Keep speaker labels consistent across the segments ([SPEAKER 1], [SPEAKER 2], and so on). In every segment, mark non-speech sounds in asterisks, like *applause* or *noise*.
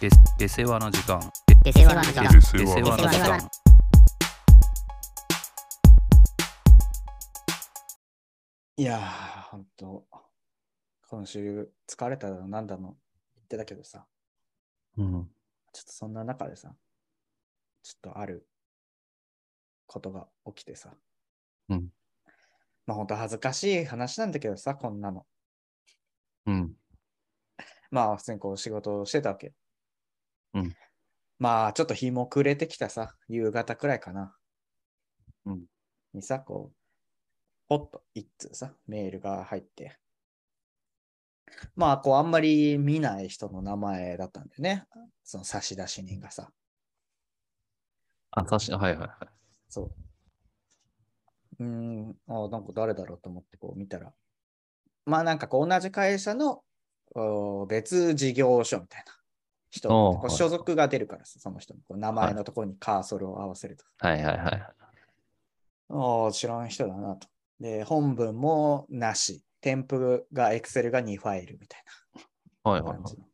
[SPEAKER 1] で出世話の時間
[SPEAKER 2] 出世話の時間
[SPEAKER 3] で
[SPEAKER 1] 出
[SPEAKER 3] 世
[SPEAKER 1] 世
[SPEAKER 3] 話
[SPEAKER 1] 話の時間
[SPEAKER 4] いやー、ほんと、今週疲れたのなんだの言ってたけどさ、
[SPEAKER 1] うん
[SPEAKER 4] ちょっとそんな中でさ、ちょっとあることが起きてさ、
[SPEAKER 1] うん。
[SPEAKER 4] まあほんと恥ずかしい話なんだけどさ、こんなの。
[SPEAKER 1] うん
[SPEAKER 4] まあ普通にこう仕事をしてたわけ。
[SPEAKER 1] うん。
[SPEAKER 4] まあちょっと日も暮れてきたさ、夕方くらいかな。
[SPEAKER 1] うん。
[SPEAKER 4] にさ、こう、ほっと一通さ、メールが入って。まあこうあんまり見ない人の名前だったんでね、その差出人がさ。
[SPEAKER 1] あ確かはいはいはい
[SPEAKER 4] そう。うーん、あなんか誰だろうと思ってこう見たら。まあなんかこう同じ会社のお別事業所みたいな人、
[SPEAKER 1] おう
[SPEAKER 4] こう
[SPEAKER 1] はい
[SPEAKER 4] 所属が出るからさ、その人のこう名
[SPEAKER 1] は
[SPEAKER 4] 前
[SPEAKER 1] い
[SPEAKER 4] のところにカーソルを合わせると。
[SPEAKER 1] はいはいはい
[SPEAKER 4] ああ、知らん人だなと。で、本文もなし。添付が Excel が2ファイルみたい
[SPEAKER 1] はい
[SPEAKER 4] な
[SPEAKER 1] はい
[SPEAKER 4] 感
[SPEAKER 1] は
[SPEAKER 4] じ
[SPEAKER 1] い
[SPEAKER 4] の。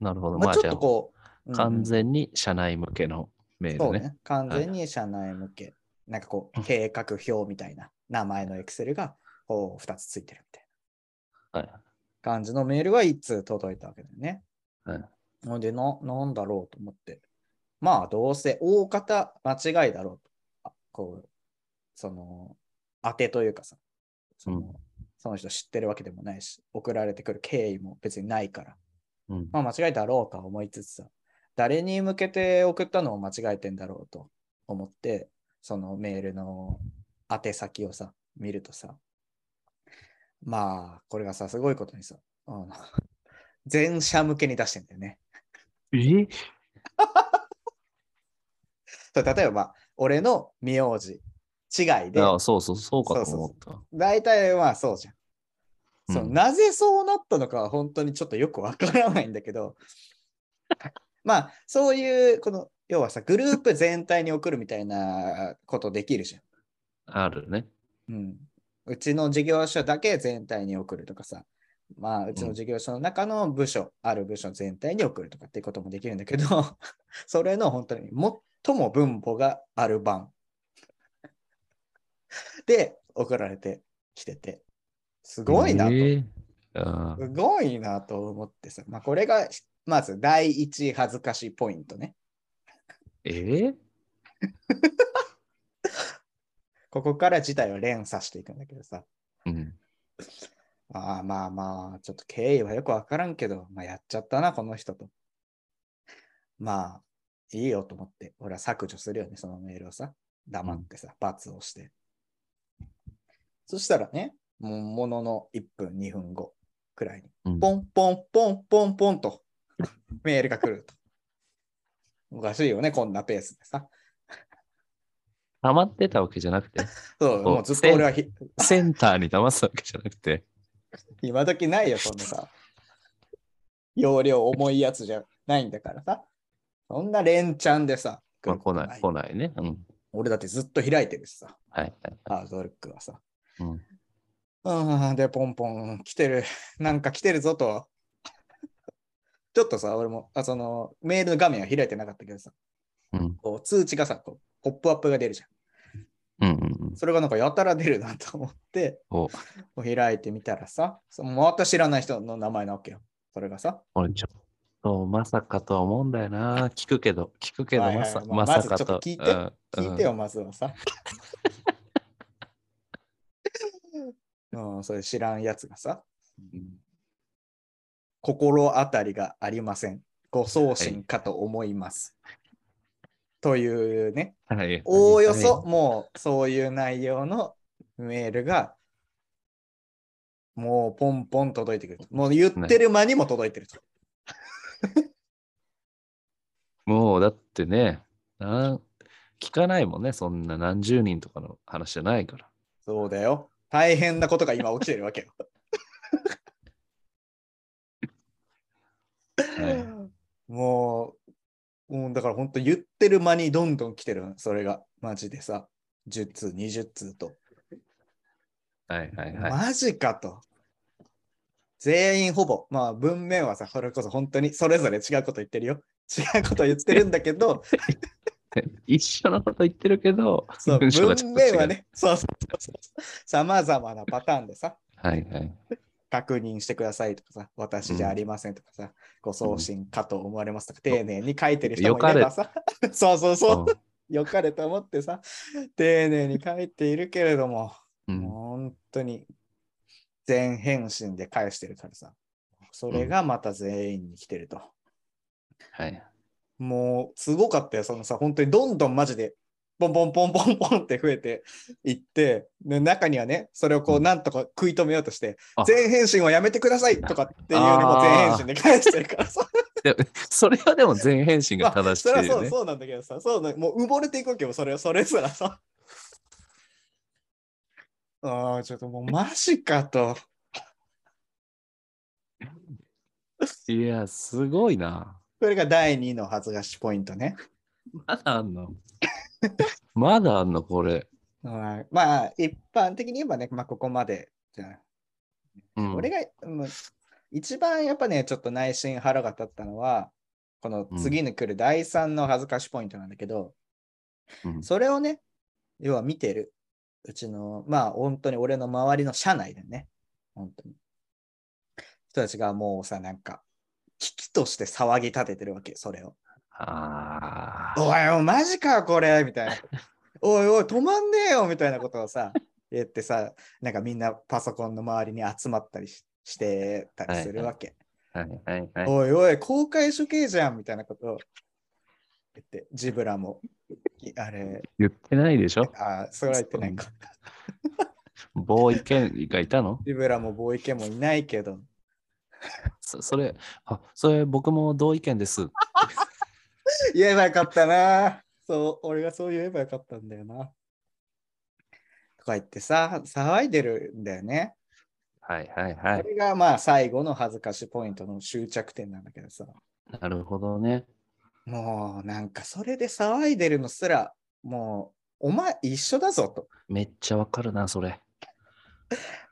[SPEAKER 1] なるほどま
[SPEAKER 4] まあ
[SPEAKER 1] あ
[SPEAKER 4] ち
[SPEAKER 1] じ
[SPEAKER 4] ょ
[SPEAKER 1] ゃ
[SPEAKER 4] っと
[SPEAKER 1] あ
[SPEAKER 4] こう、うん
[SPEAKER 1] 完全に社内向けのメー
[SPEAKER 4] そう
[SPEAKER 1] ルね
[SPEAKER 4] ね。完全に社内向け、なんかこう、計画表みたいな名前のエクセルがこう2つついてるみたい
[SPEAKER 1] はい
[SPEAKER 4] な感じのメールが1通届いたわけだよね。
[SPEAKER 1] はい
[SPEAKER 4] ほんでな、なんだろうと思って。まあ、どうせ大方間違いだろうと。あこう、その、当てというかさ、その,、
[SPEAKER 1] うん
[SPEAKER 4] その人知ってるわけでもないし、送られてくる経緯も別にないから。
[SPEAKER 1] うん
[SPEAKER 4] まあ間違いだろうとは思いつつさ、誰に向けて送ったのを間違えてんだろうと思って、そのメールの宛先をさ、見るとさ、まあ、これがさ、すごいことにさ、あの全社向けに出してんだよね。
[SPEAKER 1] え
[SPEAKER 4] そう例えば、俺の名字、違いで、
[SPEAKER 1] あそうそうそうかと思った
[SPEAKER 4] 大体まあそうじゃん。
[SPEAKER 1] うん
[SPEAKER 4] そのなぜそうなったのかは本当にちょっとよくわからないんだけど、 *laughs* まあそういう、この、要はさ、グループ全体に送るみたいなことできるじゃ
[SPEAKER 1] あるね
[SPEAKER 4] ん。うん。うちの事業所だけ全体に送るとかさ、まあうちの事業所の中の部署、ある部署全体に送るとかっていうこともできるんだけど、 *laughs* それの本当に最も分母がある版 *laughs* で送られてきてて、すごいなと。
[SPEAKER 1] えーあー
[SPEAKER 4] すごいなと思ってさ、まあ、これがまず第一恥ずかしいポイントね。
[SPEAKER 1] えー
[SPEAKER 4] ここから事態を連鎖していくんだけどさ、
[SPEAKER 1] うん
[SPEAKER 4] ああまあまあ、ちょっと経緯はよくわからんけど、まあ、やっちゃったな、この人と。まあ、いいよと思って、俺は削除するよね、そのメールをさ、黙ってさ、罰をして。そしたらね、もうものの1分、2分後くらいに、
[SPEAKER 1] うん
[SPEAKER 4] ポンポンポンポンポンとメールが来ると。おかしいよね、こんなペースでさ。
[SPEAKER 1] 溜まってたわけじゃなく
[SPEAKER 4] *laughs*
[SPEAKER 1] て、
[SPEAKER 4] そう、もうずっと俺はひ
[SPEAKER 1] センターに溜まってたわけじゃなくて、
[SPEAKER 4] 今時ないよ、そんなさ。容量重いやつじゃないんだからさ。そんな連チャンでさ。
[SPEAKER 1] まあ来ない、来ないね。うん。
[SPEAKER 4] 俺だってずっと開いてるしさ、
[SPEAKER 1] はいはい。
[SPEAKER 4] アートルックはさ。
[SPEAKER 1] うん
[SPEAKER 4] あーで、ポンポン来てる。なんか来てるぞと。ちょっとさ、俺も、あその、メールの画面は開いてなかったけどさ、
[SPEAKER 1] うん。
[SPEAKER 4] こう通知がさ、こうポップアップが出るじゃ
[SPEAKER 1] うんうんうん
[SPEAKER 4] ん。。それがなんかやたら出るなと思って、
[SPEAKER 1] お、
[SPEAKER 4] こう開いてみたらさ、そのまた知らない人の名前なわけよ。それがさ、
[SPEAKER 1] 俺ちょっと、まさかとは思うんだよな。聞くけど、聞くけど、
[SPEAKER 4] はいはい
[SPEAKER 1] まさ
[SPEAKER 4] まあ
[SPEAKER 1] まさかと。
[SPEAKER 4] まずちょっと
[SPEAKER 1] うん
[SPEAKER 4] 聞いてよ、。まずはさ。うん、それ知らんやつがさ、
[SPEAKER 1] うん
[SPEAKER 4] 心当たりがありません。ご送信かと思います。というね、
[SPEAKER 1] はい。
[SPEAKER 4] おおよそ、もうそういう内容のメールが、もうポンポン届いてくると。もう言ってる間にも届いてると。
[SPEAKER 1] もうだってね、なん聞かないもんね、そんな何十人とかの話じゃないから。
[SPEAKER 4] そうだよ。大変なことが今起きてるわけよ。 *laughs*
[SPEAKER 1] はい
[SPEAKER 4] もう、うん、だから本当言ってる間にどんどん来てるの、それが、マジでさ、10通、20通と。
[SPEAKER 1] はいはいはい。
[SPEAKER 4] マジかと。全員ほぼ、まあ文面はさ、それこそ本当にそれぞれ違うこと言ってるよ。違うことを言ってるんだけど、
[SPEAKER 1] 一緒のこと言ってるけど、
[SPEAKER 4] そ
[SPEAKER 1] *laughs*
[SPEAKER 4] う文
[SPEAKER 1] 文章がちょっと違う
[SPEAKER 4] 面はね、そうそうそうそう。さまざまなパターンでさ、
[SPEAKER 1] はいはい。
[SPEAKER 4] 確認してくださいとかさ、私じゃありませんとかさ、ご送信かと思われますとか、丁寧に書いてる人もいればさ、 *laughs* そうそうそう、良かれと思ってさ、丁寧に書いているけれども、
[SPEAKER 1] うんうん
[SPEAKER 4] 本当に全返信で返してるからさ、それがまた全員に来てると。
[SPEAKER 1] はい。
[SPEAKER 4] もうすごかったよ、そのさ、本当にどんどんマジで、ポンポンポンポンポンって増えていって、で中にはね、それをこ
[SPEAKER 1] う
[SPEAKER 4] うんなんとか食い止めようとして、
[SPEAKER 1] あ
[SPEAKER 4] 全返信はやめてくださいとかっていうのも全返信で返してるか
[SPEAKER 1] *laughs*
[SPEAKER 4] らさ、
[SPEAKER 1] でそれはでも全返
[SPEAKER 4] *laughs*
[SPEAKER 1] 信が正しい
[SPEAKER 4] それ
[SPEAKER 1] よ
[SPEAKER 4] は
[SPEAKER 1] ね。
[SPEAKER 4] そうそうなんだけどさ、そうなんもう埋もれていくわけよ、それそれすらさ。 *laughs* ああ、ちょっともうマジかと。
[SPEAKER 1] いや、すごいな。
[SPEAKER 4] これが第2の恥ずかしポイントね。
[SPEAKER 1] まだあん
[SPEAKER 4] *laughs*
[SPEAKER 1] のまだあんのこれ。
[SPEAKER 4] はいまあ、一般的に言えばね、まあ、ここまでじゃん。
[SPEAKER 1] うん、
[SPEAKER 4] 俺が、うん一番やっぱね、ちょっと内心腹が立ったのは、この次に来る第3の恥ずかしポイントなんだけど、
[SPEAKER 1] うん
[SPEAKER 4] それをね、要は見てる。うちの、まあ、本当に俺の周りの社内でね、本当に。人たちがもうさ、なんか、危機として騒ぎ立ててるわけよ、それを。
[SPEAKER 1] ああ。
[SPEAKER 4] おい、おいマジか、これみたいな。おいおい、止まんねえよみたいなことをさ、言ってさ、なんかみんなパソコンの周りに集まったりししてたりするわけ。
[SPEAKER 1] はいはいはい。
[SPEAKER 4] おいおい、公開処刑じゃんみたいなことを言って、ジブラも。いあれ、
[SPEAKER 1] 言ってないでし *laughs* ょ
[SPEAKER 4] あ、それは言ってないか。
[SPEAKER 1] ボーイケンがいたの
[SPEAKER 4] ジブラもボーイケもいないけど、
[SPEAKER 1] そそれ、あ、それ僕も同意見です。
[SPEAKER 4] 言えばよかったな。そう、俺がそう言えばよかったんだよな。とか言ってさ、騒いでるんだよね。
[SPEAKER 1] はいはいは
[SPEAKER 4] こ
[SPEAKER 1] い。
[SPEAKER 4] れがまあ最後の恥ずかしポイントの終着点なんだけどさ、
[SPEAKER 1] なるほどね。
[SPEAKER 4] もうなんかそれで騒いでるのすら、もうお前一緒だぞと。
[SPEAKER 1] めっちゃわかるな、それ。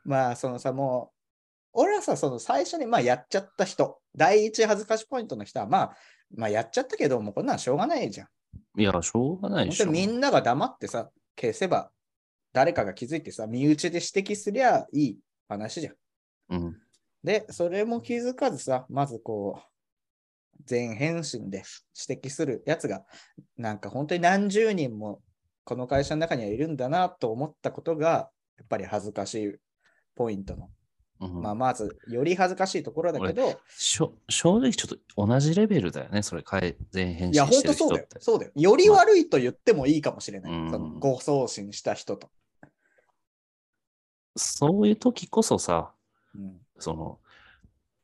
[SPEAKER 4] まあそのさ、もう、俺はさ、その最初にまあやっちゃった人、第一恥ずかしポイントの人は、まあ、まあやっちゃったけど、もうこんなんしょうがないじゃん。
[SPEAKER 1] いや、しょうがないで
[SPEAKER 4] 本
[SPEAKER 1] し
[SPEAKER 4] 当
[SPEAKER 1] ょ。
[SPEAKER 4] にみんなが黙ってさ、消せば、誰かが気づいてさ、身内で指摘すりゃいい話じゃん。
[SPEAKER 1] うん。
[SPEAKER 4] で、それも気づかずさ、まずこう、全返信で指摘するやつが、なんか本当に何十人もこの会社の中にはいるんだなと思ったことが、やっぱり恥ずかしいポイントの。
[SPEAKER 1] うん
[SPEAKER 4] まあ、まず、より恥ずかしいところだけど、
[SPEAKER 1] しょ正直ちょっと同じレベルだよね、それ、改善返
[SPEAKER 4] いや、
[SPEAKER 1] 信して
[SPEAKER 4] 本当
[SPEAKER 1] る人
[SPEAKER 4] そ
[SPEAKER 1] っ
[SPEAKER 4] うだよ
[SPEAKER 1] て。。
[SPEAKER 4] そうだよ。より悪いと言ってもいいかもしれない。
[SPEAKER 1] うん
[SPEAKER 4] そのご送信した人と。
[SPEAKER 1] そういう時こそさ、
[SPEAKER 4] うん、
[SPEAKER 1] その、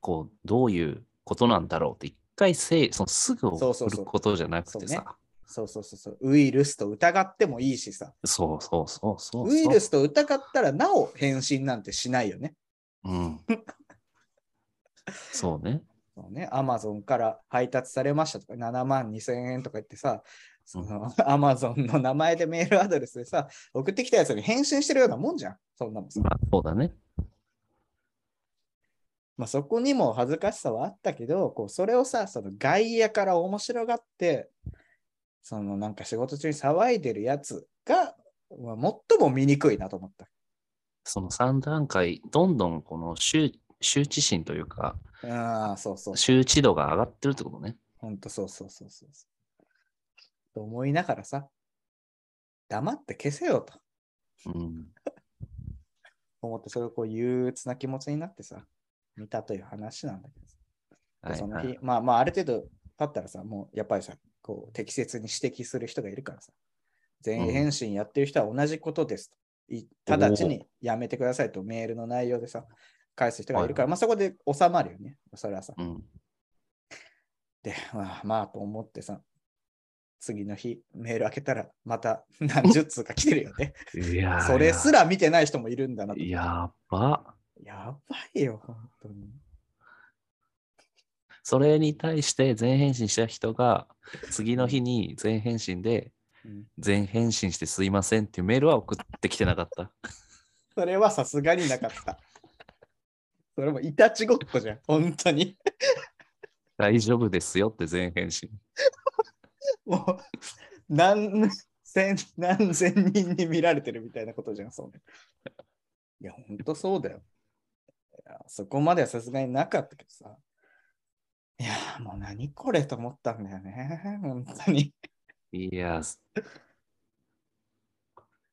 [SPEAKER 1] こう、どういうことなんだろうって、一回せい、そのすぐ
[SPEAKER 4] そう
[SPEAKER 1] 送
[SPEAKER 4] そうそ
[SPEAKER 1] る
[SPEAKER 4] う
[SPEAKER 1] ことじゃなくてさ、
[SPEAKER 4] そうそうそうそう。ウイルスと疑ってもいいしさ。
[SPEAKER 1] そうそうそうそうそう
[SPEAKER 4] ウイルスと疑ったらなお返信なんてしないよね。
[SPEAKER 1] うん。そうね。
[SPEAKER 4] そうね、アマゾンから配達されましたとか、7万2000円とか言ってさ、その *laughs* アマゾンの名前でメールアドレスでさ、送ってきたやつに返信してるようなもんじゃん、そんなもんさ。
[SPEAKER 1] まあ、そうだね。
[SPEAKER 4] まあ、そこにも恥ずかしさはあったけど、こうそれをさ、その外野から面白がって、そのなんか仕事中に騒いでるやつが、まあ、最も醜いなと思った。
[SPEAKER 1] その3段階、どんどんこの周周知心というか、
[SPEAKER 4] ああ、そうそう、
[SPEAKER 1] 周知度が上がってるってことね。
[SPEAKER 4] ほんとそうそうそうそうそう。と思いながらさ、黙って消せよと。
[SPEAKER 1] うん。
[SPEAKER 4] 思って、それをこう憂鬱な気持ちになってさ、見たという話なんだけどさ、で
[SPEAKER 1] はい
[SPEAKER 4] その
[SPEAKER 1] は
[SPEAKER 4] 日
[SPEAKER 1] い、、
[SPEAKER 4] まあまあ、ある程度経ったらさ、もうやっぱりさ、こう適切に指摘する人がいるからさ、全員返信やってる人は同じことですと。い直ちにやめてくださいとメールの内容でさ、返す人がいるから、
[SPEAKER 1] はいはい
[SPEAKER 4] まあそこで収まるよね、それはさ。
[SPEAKER 1] うん。
[SPEAKER 4] で、まあまあと思ってさ、次の日メール開けたら、また何十通か来てるよ
[SPEAKER 1] *laughs*
[SPEAKER 4] ね。
[SPEAKER 1] いやー
[SPEAKER 4] それすら見てない人もいるんだなと。
[SPEAKER 1] やば。
[SPEAKER 4] やばいよ、本当に。
[SPEAKER 1] それに対して全返信した人が、次の日に全返信で、
[SPEAKER 4] うん
[SPEAKER 1] 全返信してすいませんっていうメールは送ってきてなかった。
[SPEAKER 4] それはさすがになかった。それもいたちごっこじゃん、本当に。
[SPEAKER 1] 大丈夫ですよって全返信。
[SPEAKER 4] もう、何千、何千人に見られてるみたいなことじゃん、そうね。いや、ほんとそうだよ。いやそこまではさすがになかったけどさ。いや、もう何これと思ったんだよね。本当に。
[SPEAKER 1] いや、す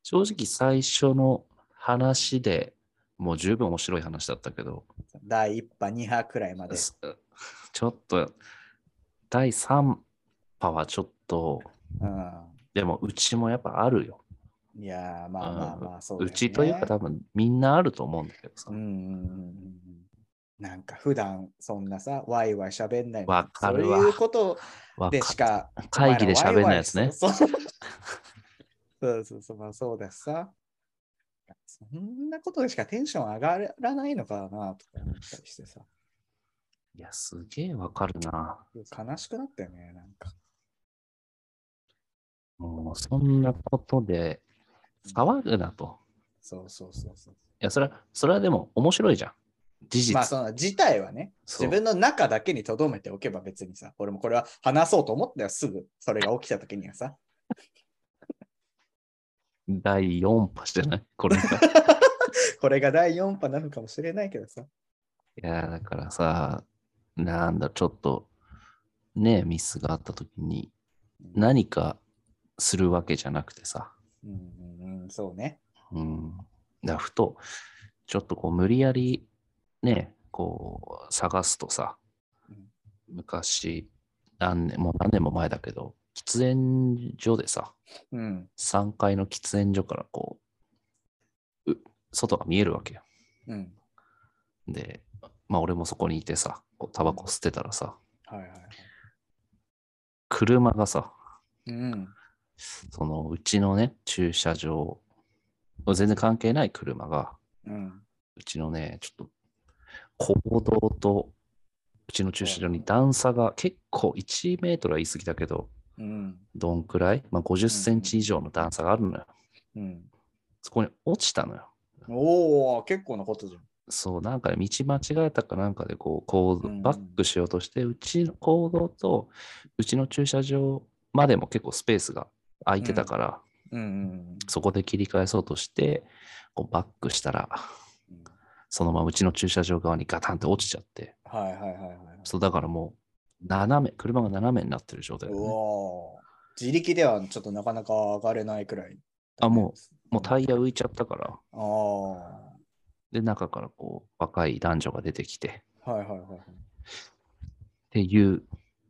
[SPEAKER 1] 正直最初の話でもう十分面白い話だったけど、
[SPEAKER 4] 第1波、2波くらいまで。
[SPEAKER 1] すちょっと、第3波はちょっと、
[SPEAKER 4] う
[SPEAKER 1] でもうちもやっぱあるよ。
[SPEAKER 4] ん。いやー、まあまあまあ、そうだよ
[SPEAKER 1] う
[SPEAKER 4] ね
[SPEAKER 1] ちというか多分みんなあると思うんだけどさ
[SPEAKER 4] うんう。んうんうんなんか普段そんなさ、ワイワイ喋んない。
[SPEAKER 1] わかるわ
[SPEAKER 4] そういうこと
[SPEAKER 1] わ
[SPEAKER 4] で
[SPEAKER 1] か
[SPEAKER 4] しか。
[SPEAKER 1] 会議で喋んないやつね。
[SPEAKER 4] そうそうそうそうそう、まあそうだしさ。そんなことでしかテンション上がらないのかなとか思ったりしてさ。
[SPEAKER 1] いや、すげえわかるな。
[SPEAKER 4] 悲しくなったよね、なんか。
[SPEAKER 1] もうそんなことで騒ぐなと。
[SPEAKER 4] そうそうそうそう。
[SPEAKER 1] いや、それは、それはでも面白いじゃん。事実。
[SPEAKER 4] まあその自体はね、
[SPEAKER 1] そう
[SPEAKER 4] 自分の中だけに留めておけば別にさ、俺もこれは話そうと思ったよ、すぐそれが起きた時にはさ。
[SPEAKER 1] 第4波じゃない *laughs* これが。い
[SPEAKER 4] これが第4波なのかもしれないけどさ。
[SPEAKER 1] や、だからさ、なんだ、ちょっと、ね、ミスがあった時に何かするわけじゃなくてさ、
[SPEAKER 4] うんうんうん、そうね。
[SPEAKER 1] うん。だからふと、ちょっとこう無理やり、ね、こう探すとさ
[SPEAKER 4] うん、
[SPEAKER 1] 昔、何年もう何年も前だけど、喫煙所でさ、
[SPEAKER 4] うん。
[SPEAKER 1] 3階の喫煙所からこう、う外が見えるわけよ。
[SPEAKER 4] うん。
[SPEAKER 1] で、まあ俺もそこにいてさ、こうタバコ吸ってたらさ、
[SPEAKER 4] はいはいはい。
[SPEAKER 1] 車がさ、
[SPEAKER 4] うん。
[SPEAKER 1] そのうちのね、駐車場、全然関係ない車が、
[SPEAKER 4] うん。
[SPEAKER 1] うちのね、ちょっと、行動と、うちの駐車場に段差が結構1メートルは言い過ぎだけど、
[SPEAKER 4] うん。
[SPEAKER 1] どんくらい、まあ、50センチ以上の段差があるのよ。
[SPEAKER 4] うん。
[SPEAKER 1] そこに落ちたのよ。
[SPEAKER 4] おお、結構なことじゃん。
[SPEAKER 1] そう、なんかね、道間違えたかなんかで、こう、行
[SPEAKER 4] う
[SPEAKER 1] 動
[SPEAKER 4] ん
[SPEAKER 1] バックしようとして、うちの行動と、うちの駐車場までも結構スペースが空いてたから、
[SPEAKER 4] うん
[SPEAKER 1] そこで切り返そうとして、こうバックしたら、
[SPEAKER 4] うん。
[SPEAKER 1] そのままうちの駐車場側にガタンって落ちちゃって、
[SPEAKER 4] はいはいはいはい。
[SPEAKER 1] そうだからもう、斜め、車が斜めになってる状態だね、
[SPEAKER 4] うわー自力ではちょっとなかなか上がれないくらい。
[SPEAKER 1] あも
[SPEAKER 4] う
[SPEAKER 1] もうタイヤ浮いちゃったから、
[SPEAKER 4] ああ。は
[SPEAKER 1] で、中からこう、若い男女が出てきて、
[SPEAKER 4] いはいはいはい。
[SPEAKER 1] っていう。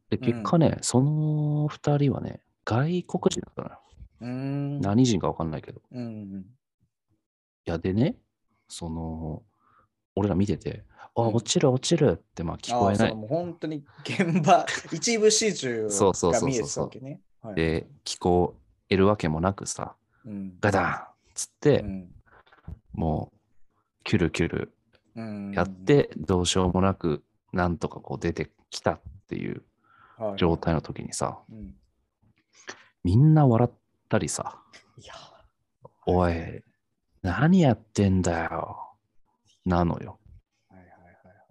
[SPEAKER 1] で、結果ね、その二人はね、外国人だったのよ。
[SPEAKER 4] うーん。
[SPEAKER 1] 何人か分かんないけど。
[SPEAKER 4] うんうん。
[SPEAKER 1] いや、でね、その、俺ら見てて、あ、
[SPEAKER 4] うん
[SPEAKER 1] 落ちる落ちるって、まあ聞こえな
[SPEAKER 4] あーそ
[SPEAKER 1] い
[SPEAKER 4] の。もう本当に現場、一部始終
[SPEAKER 1] そうそう
[SPEAKER 4] が
[SPEAKER 1] そうそうそう
[SPEAKER 4] 見えてたわけね。はい
[SPEAKER 1] で、聞こえるわけもなくさ、
[SPEAKER 4] うん。
[SPEAKER 1] ガダンっつって、
[SPEAKER 4] うん
[SPEAKER 1] もう、キュルキュル
[SPEAKER 4] うん
[SPEAKER 1] やって、どうしようもなく、なんとかこう出てきたっていう
[SPEAKER 4] はい
[SPEAKER 1] 状態の時にさ、
[SPEAKER 4] うん
[SPEAKER 1] みんな笑ったりさ、
[SPEAKER 4] いや
[SPEAKER 1] おい、何やってんだよ。なのよ。
[SPEAKER 4] はいはいは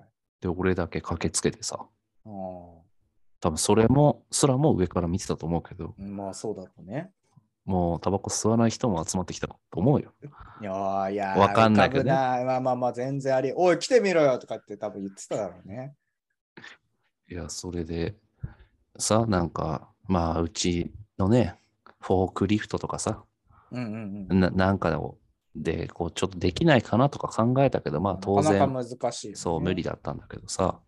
[SPEAKER 4] い
[SPEAKER 1] で、俺だけ駆けつけてさ、
[SPEAKER 4] はい。
[SPEAKER 1] 多分それも、すらも上から見てたと思うけど、
[SPEAKER 4] ああ、まあそうだろうね。
[SPEAKER 1] もうタバコ吸わない人も集まってきたと思うよ。
[SPEAKER 4] いやーいやー、
[SPEAKER 1] わかんないけどね
[SPEAKER 4] 浮ぶなまあまあまあ全然あり。おい、来てみろよとかって多分言ってただろうね。
[SPEAKER 1] いや、それで、さ、なんか、まあ、うちのね、フォークリフトとかさ、
[SPEAKER 4] うんうんうん。
[SPEAKER 1] ななんかを、で、こう、ちょっとできないかなとか考えたけど、まあ、当然、
[SPEAKER 4] なかなか難しい、
[SPEAKER 1] そう、無理
[SPEAKER 4] だ。
[SPEAKER 1] だったんだけどさ、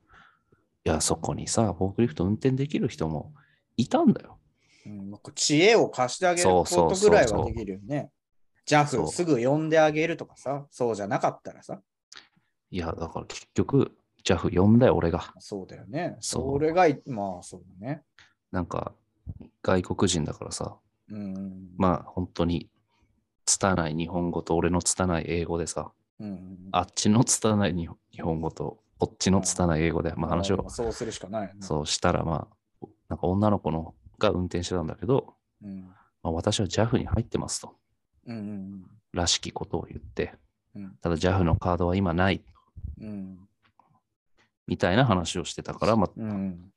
[SPEAKER 1] いや、そこにさ、フォークリフト運転できる人もいたんだよ。
[SPEAKER 4] うん、まあこう知恵を貸してあげる
[SPEAKER 1] そ
[SPEAKER 4] こ
[SPEAKER 1] うそう
[SPEAKER 4] と
[SPEAKER 1] そうそう
[SPEAKER 4] ぐらいはできるよね。ジャ
[SPEAKER 1] そ
[SPEAKER 4] フ
[SPEAKER 1] う
[SPEAKER 4] すぐ呼んであげるとかさ、そうじゃなかったらさ、
[SPEAKER 1] いや、だから結局、JAF 呼んだよ、俺が。
[SPEAKER 4] そうだよね。
[SPEAKER 1] そう
[SPEAKER 4] それがい、まあそうだね。
[SPEAKER 1] なんか、外国人だからさ、
[SPEAKER 4] うんうん。あ、
[SPEAKER 1] まあ、本当に、拙い日本語と俺の拙い英語でさ、
[SPEAKER 4] うんうん、
[SPEAKER 1] あっちの拙い日本日本語と、こっちの拙い英語で、まあ、話
[SPEAKER 4] で
[SPEAKER 1] を
[SPEAKER 4] も、そうするしかないよね。
[SPEAKER 1] そうしたら、まあ、なんか女の子のが運転してたんだけど、
[SPEAKER 4] うん。
[SPEAKER 1] まあ、私は JAF に入ってますと、
[SPEAKER 4] うんうん
[SPEAKER 1] らしきことを言って
[SPEAKER 4] うん、
[SPEAKER 1] ただ JAF のカードは今ない、
[SPEAKER 4] うん。うん
[SPEAKER 1] みたいな話をしてたから、まあ、
[SPEAKER 4] うん。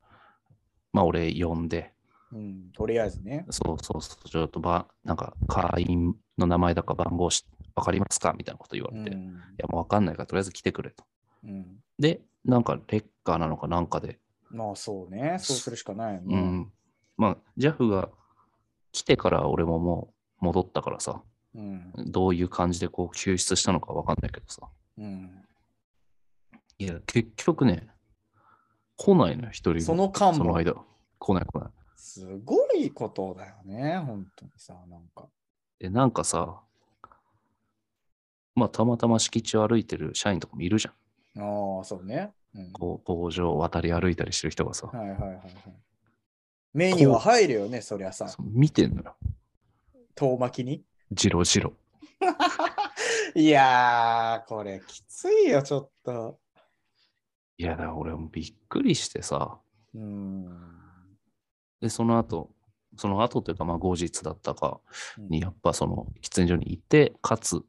[SPEAKER 1] まあ俺呼んで、
[SPEAKER 4] うん、とりあえずね。
[SPEAKER 1] そうそうそう、ちょっとば、なんか会員の名前だか番号しわかりますかみたいなこと言わ
[SPEAKER 4] う
[SPEAKER 1] れて、い
[SPEAKER 4] ん。
[SPEAKER 1] やもうわかんないからとりあえず来てくれと。
[SPEAKER 4] うん、
[SPEAKER 1] で、なんかレッカーなのかなんかで、
[SPEAKER 4] まあそうね。そうするしかないよ
[SPEAKER 1] う
[SPEAKER 4] ね。
[SPEAKER 1] ん、まあ JAF が来てから俺ももう戻ったからさ、
[SPEAKER 4] うん。
[SPEAKER 1] どういう感じでこう救出したのかわかんないけどさ。
[SPEAKER 4] うん。
[SPEAKER 1] いや、結局ね、来ないのよ、一人も。
[SPEAKER 4] その間
[SPEAKER 1] その
[SPEAKER 4] も、
[SPEAKER 1] 間。来ない来ない。
[SPEAKER 4] すごいことだよね。本当にさ、なんか。
[SPEAKER 1] で、なんかさ、まあ、たまたま敷地を歩いてる社員とかもいるじゃん。
[SPEAKER 4] ああ、そうね。うん、
[SPEAKER 1] こう工場を渡り歩いたりしてる人がさ、
[SPEAKER 4] はいはいはいはい。目には入るよね、そりゃさ。
[SPEAKER 1] そう見てんのよ。
[SPEAKER 4] 遠巻きに。
[SPEAKER 1] じろじろ。
[SPEAKER 4] いやー、これきついよ、ちょっと。
[SPEAKER 1] いや、だから俺もびっくりしてさ、
[SPEAKER 4] うん。
[SPEAKER 1] で、その後、その後というか、まあ、後日だったかに、やっぱその喫煙所にいて、かつ、やっ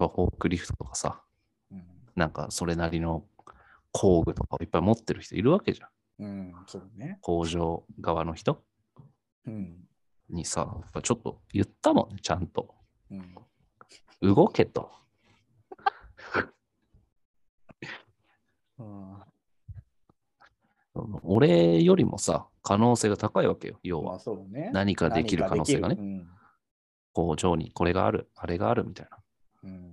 [SPEAKER 1] ぱフォークリフトとかさ、
[SPEAKER 4] うん
[SPEAKER 1] なんかそれなりの工具とかをいっぱい持ってる人いるわけじゃん。
[SPEAKER 4] うん、そうね。
[SPEAKER 1] 工場側の人
[SPEAKER 4] うん。
[SPEAKER 1] にさ、やっぱちょっと言ったもんね、ちゃんと。
[SPEAKER 4] うん、
[SPEAKER 1] 動けと。
[SPEAKER 4] あ
[SPEAKER 1] 俺よりもさ、可能性が高いわけよ、要
[SPEAKER 4] ーまあ
[SPEAKER 1] は。
[SPEAKER 4] そうね。
[SPEAKER 1] 何かできる可能性がね
[SPEAKER 4] 何。できる
[SPEAKER 1] 工場にこれがある、あれがあるみたいな。
[SPEAKER 4] うん。うん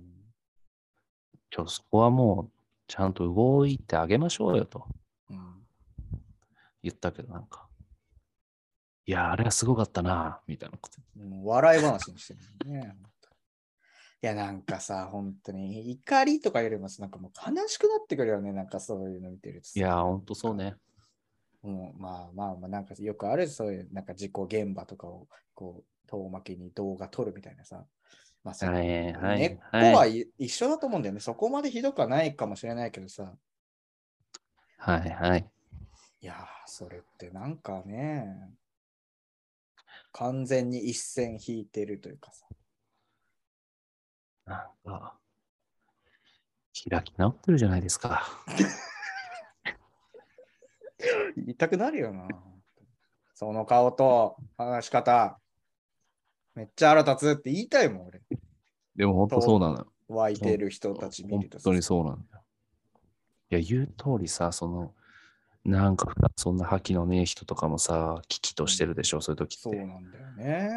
[SPEAKER 1] ちょそこはもう、ちゃんと動いてあげましょうよと
[SPEAKER 4] うん
[SPEAKER 1] 言ったけど、なんか。いや、あれはすごかったな、みたいなこと。
[SPEAKER 4] もう笑い話にしてるね。本当いや、なんかさ、本当に怒りとかよりもさ、なんかもう悲しくなってくるよね、なんかそういうの見てるとさ。
[SPEAKER 1] いや、ほんとそうね。
[SPEAKER 4] もうまあまあまあ、なんかよくある、そういうなんか事故現場とかを、こう、遠巻きに動画撮るみたいなさ。まあ、そ
[SPEAKER 1] は
[SPEAKER 4] の
[SPEAKER 1] い、はい。
[SPEAKER 4] 根っこ
[SPEAKER 1] は、
[SPEAKER 4] はいい一緒だと思うんだよね。そこまでひどくはないかもしれないけどさ。
[SPEAKER 1] はい、はい。
[SPEAKER 4] いやー、それってなんかね、完全に一線引いてるというかさ。
[SPEAKER 1] なんか、開き直ってるじゃないですか。
[SPEAKER 4] 言いたくなるよな。その顔と話し方、めっちゃ腹立つって言いたいもん、俺。
[SPEAKER 1] でも本当そうなのよ。
[SPEAKER 4] 湧いてる人たち見
[SPEAKER 1] 本
[SPEAKER 4] るとさ
[SPEAKER 1] 当にそうなんだよ。いや、言う通りさ、その、なんか普段そんな覇気のねえ人とかもさ、危機としてるでしょ、そういう時っ
[SPEAKER 4] そう
[SPEAKER 1] て。
[SPEAKER 4] なんだよね。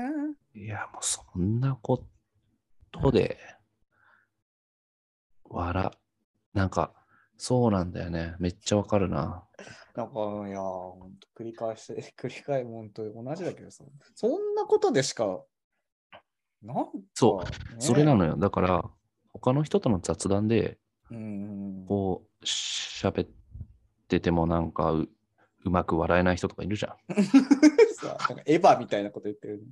[SPEAKER 1] いや、もうそんなことで、笑、なんか、そうなんだよね。めっちゃわかるな。
[SPEAKER 4] なんか、いやー、ほんと繰り返して、 *laughs* 繰り返し、本当同じだけどさ。そんなことでしか、なんか、、
[SPEAKER 1] そうそれなのよ。だから、他の人との雑談で、
[SPEAKER 4] うんうん。
[SPEAKER 1] こう、喋っててもなんかう、うまく笑えない人とかいるじゃん。
[SPEAKER 4] *laughs* さなんかエヴァみたいなこと言ってる、ね。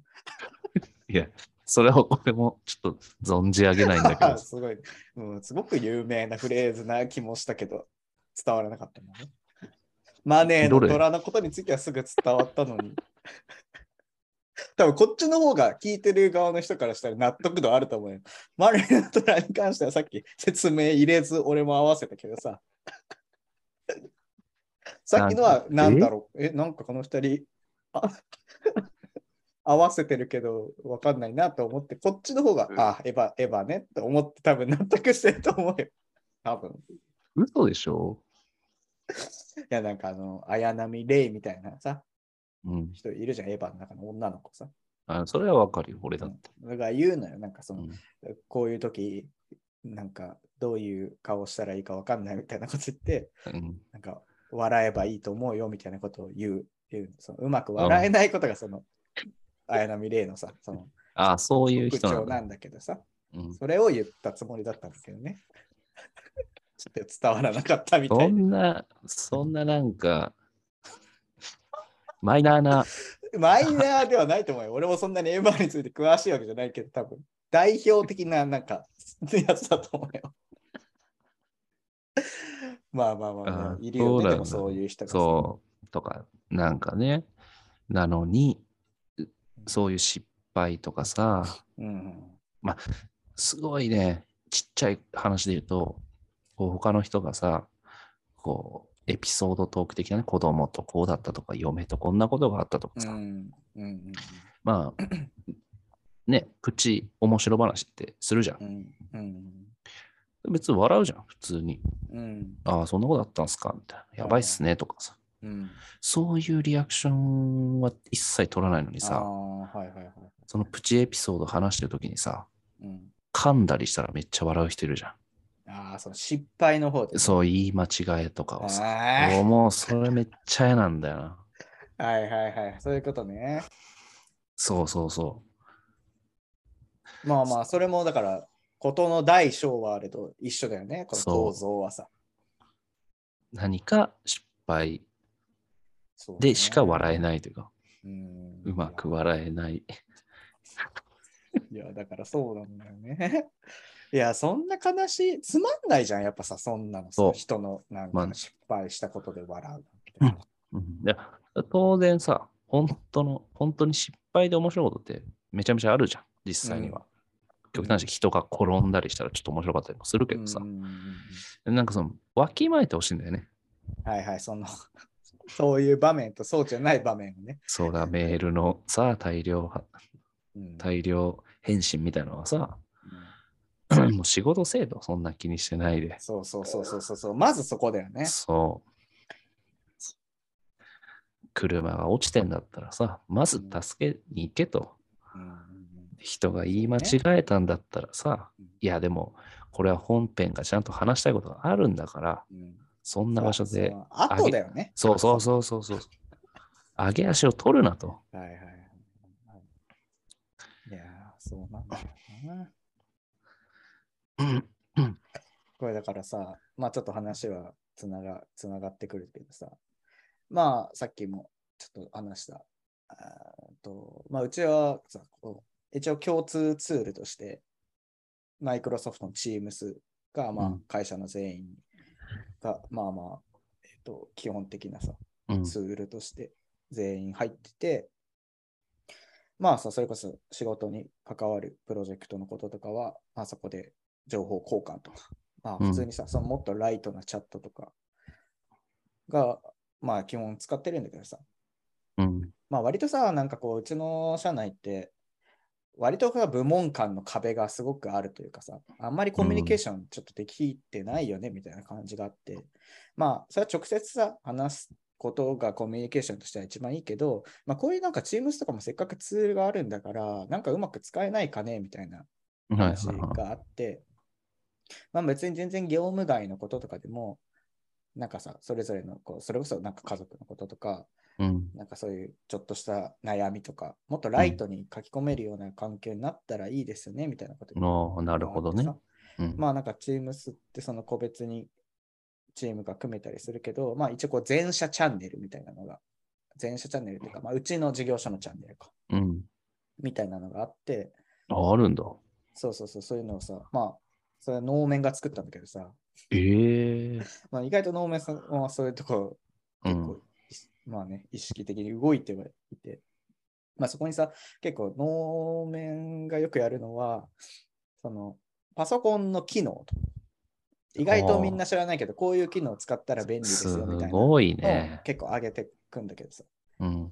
[SPEAKER 1] いや、それは *laughs* 俺もちょっと存じ上げないんだけ
[SPEAKER 4] *laughs*
[SPEAKER 1] ど、
[SPEAKER 4] すごい、うん。すごく有名なフレーズな気もしたけど、伝わらなかったもんね。マネー
[SPEAKER 1] ど
[SPEAKER 4] の
[SPEAKER 1] れ
[SPEAKER 4] 虎のことについてはすぐ伝わったのに。多分こっちの方が聞いてる側の人からしたら納得度あると思うよ。マネーの虎に関してはさっき説明入れず俺も合わせたけどさ。 *laughs* さっきのは何だろうえなんかこの二人あ *laughs* 合わせてるけど分かんないなと思って、こっちの方が、あ、エヴァ、エヴァねと思って多分納得してると思うよ。 *laughs* 多分。
[SPEAKER 1] 嘘でしょ
[SPEAKER 4] いや、なんかあの、綾波レイみたいなさ、
[SPEAKER 1] うん。
[SPEAKER 4] 人いるじゃん、エヴァの中の女の子さ。
[SPEAKER 1] あそれはわかるよ、俺だって。
[SPEAKER 4] だから言うのよ、なんかそうの、
[SPEAKER 1] ん
[SPEAKER 4] こういう時、なんかどういう顔したらいいか分かんないみたいなこと言って、
[SPEAKER 1] うん
[SPEAKER 4] なんか笑えばいいと思うよみたいなことを言う。言うそのうまく笑えないことがその、綾波レイのさ、その、
[SPEAKER 1] あそういう
[SPEAKER 4] 特
[SPEAKER 1] 人な
[SPEAKER 4] 徴
[SPEAKER 1] ん
[SPEAKER 4] な
[SPEAKER 1] だ。
[SPEAKER 4] んだけどさ。
[SPEAKER 1] うん
[SPEAKER 4] それを言ったつもりだったんだけどね。 *laughs* ちょっと伝わらなかったみた
[SPEAKER 1] そ
[SPEAKER 4] いな。
[SPEAKER 1] んな、そんななんか、 *laughs* マイナー
[SPEAKER 4] *laughs*
[SPEAKER 1] な、
[SPEAKER 4] マイナーではないと思うよ。俺もそんなにエヴァについて詳しいわけじゃないけど、多分代表的ななんかやつだと思うよ。まあまあまあ、まあ
[SPEAKER 1] あ、
[SPEAKER 4] いるよ
[SPEAKER 1] そうだ
[SPEAKER 4] ね。
[SPEAKER 1] よ
[SPEAKER 4] で
[SPEAKER 1] ね
[SPEAKER 4] もそういう人がさ。
[SPEAKER 1] そう、とか、なんかね、なのに、そういう失敗とかさ、
[SPEAKER 4] うん。
[SPEAKER 1] すごいね、ちっちゃい話で言うと、こう他の人がさ、こう、エピソードトーク的なね、子供とこうだったとか、嫁とこんなことがあったとか
[SPEAKER 4] う
[SPEAKER 1] さ、
[SPEAKER 4] ん。うん。うん
[SPEAKER 1] まあ、
[SPEAKER 4] *clears throat*
[SPEAKER 1] ね、プチ面白話ってするじゃん
[SPEAKER 4] う。ん。うん。
[SPEAKER 1] 別に笑うじゃん、普通に。
[SPEAKER 4] うん。
[SPEAKER 1] ああ、そんなことあったんすかみたいな。やばいっすね、とかさ。
[SPEAKER 4] うん。
[SPEAKER 1] そういうリアクションは一切取らないのに
[SPEAKER 4] ああ
[SPEAKER 1] さ、
[SPEAKER 4] ー、はいはいはい。
[SPEAKER 1] そのプチエピソード話してるときにさ、
[SPEAKER 4] うん、
[SPEAKER 1] 噛んだりしたらめっちゃ笑う人いるじゃ
[SPEAKER 4] ああ、その失敗の方で
[SPEAKER 1] ん。
[SPEAKER 4] ね。
[SPEAKER 1] そう、言い間違えとかをさ。
[SPEAKER 4] あ
[SPEAKER 1] もうもうそれめっちゃ嫌なんだよな。
[SPEAKER 4] あ、はいはいはい。そういうことね。
[SPEAKER 1] そうそうそ
[SPEAKER 4] まあまあ、それもだから、ことの大小はあれと一緒だよね。この構造はさ。
[SPEAKER 1] う。何か失敗
[SPEAKER 4] そうね
[SPEAKER 1] でしか笑えないというか、
[SPEAKER 4] うん
[SPEAKER 1] うまく笑えない。
[SPEAKER 4] いや、だからそうなんだよね。 *laughs* いや、そんな悲しい、つまんないじゃん、やっぱさ、そんなの
[SPEAKER 1] そ
[SPEAKER 4] さ
[SPEAKER 1] う、
[SPEAKER 4] 人のなん
[SPEAKER 1] ま
[SPEAKER 4] か
[SPEAKER 1] あね
[SPEAKER 4] 失敗したことで笑うなんて。
[SPEAKER 1] うんいや当然さ、本当の、本当に失敗で面白いことってめちゃめちゃあるじゃん、実際には。極端に人が転んだりしたらちょっと面白かったりもするけどさ、
[SPEAKER 4] うん
[SPEAKER 1] なんかその、わきまえてほしいんだよね。
[SPEAKER 4] はいはい、その、 *laughs* そういう場面とそうじゃない場面をね。
[SPEAKER 1] そうだ、メールのさ、大量、
[SPEAKER 4] うん
[SPEAKER 1] 大量返信みたいなのは
[SPEAKER 4] *laughs*
[SPEAKER 1] さ、
[SPEAKER 4] うん
[SPEAKER 1] もう仕事制度、そんな気にしてないで。
[SPEAKER 4] そうそうそうそうそうそう、まずそこだよね。
[SPEAKER 1] そう。車が落ちてんだったらさ、まず助けに行けと。
[SPEAKER 4] うん
[SPEAKER 1] 人が言い間違えたんだったらさ、
[SPEAKER 4] うん
[SPEAKER 1] いやでも、これは本編がちゃんと話したいことがあるんだから、
[SPEAKER 4] うん
[SPEAKER 1] そんな場所で、
[SPEAKER 4] あとだよね。
[SPEAKER 1] そうそうそうそうそう、上げ足を取るなと。
[SPEAKER 4] はいはいはいはい。いやー、そうなんだよな。これだからさ、まあちょっと話はつながつながってくるけどさ、まあさっきもちょっと話した、あーとまあ、うちはさこう一応共通ツールとして、マイクロソフトの Teams が、ま
[SPEAKER 1] う
[SPEAKER 4] あ
[SPEAKER 1] ん、
[SPEAKER 4] 会社の全員が、まあまあ、えっと、基本的なさ、
[SPEAKER 1] うん、
[SPEAKER 4] ツールとして全員入ってて、まあさ、それこそ仕事に関わるプロジェクトのこととかは、まあそこで情報交換とか、まあ
[SPEAKER 1] うん
[SPEAKER 4] 普通にさ、そのもっとライトなチャットとかが、まあ基本使ってるんだけどさ、
[SPEAKER 1] うん、
[SPEAKER 4] まあ割とさ、なんかこう、うちの社内って、割とさ部門間の壁がすごくあるというかさ、あんまりコミュニケーションちょっとできてないよねみたいな感じがあって、まあそれは直接さ、話すことがコミュニケーションとしては一番いいけど、まあこういうなんか Teams とかもせっかくツールがあるんだから、なんかうまく使えないかねみたいな
[SPEAKER 1] はいはい
[SPEAKER 4] 話
[SPEAKER 1] は
[SPEAKER 4] があって、まあ別に全然業務外のこととかでも、なんかさ、それぞれのこう、それこそなんか家族のこととか、
[SPEAKER 1] い。うん、
[SPEAKER 4] なんかそういうちょっとした悩みとか、もっとライトに書き込めるような環境になったらいいですよね、みたいなこと言って
[SPEAKER 1] ああ、なるほどね
[SPEAKER 4] さ。
[SPEAKER 1] うん、
[SPEAKER 4] まあなんか Teams ってその個別にチームが組めたりするけど、まあ一応こう全社チャンネルみたいなのが、全社チャンネルというか、まあうちの事業所のチャンネルか、
[SPEAKER 1] うん。
[SPEAKER 4] みたいなのがあって、
[SPEAKER 1] あ、あるんだ。
[SPEAKER 4] そうそうそう、そういうのをさ、まあ、それは能面が作ったんだけどさ、
[SPEAKER 1] ええ
[SPEAKER 4] まあ意外と能面さんはそういうとこ
[SPEAKER 1] う
[SPEAKER 4] 結
[SPEAKER 1] ん
[SPEAKER 4] 構、いしまあね、意識的に動いてはいて、まあそこにさ、結構能面がよくやるのは、その、パソコンの機能と。意外とみんな知らないけど、こういう機能を使ったら便利です
[SPEAKER 1] す
[SPEAKER 4] よみたいなのを
[SPEAKER 1] ごいね。
[SPEAKER 4] 結構上げてくんだけどさ。
[SPEAKER 1] うん。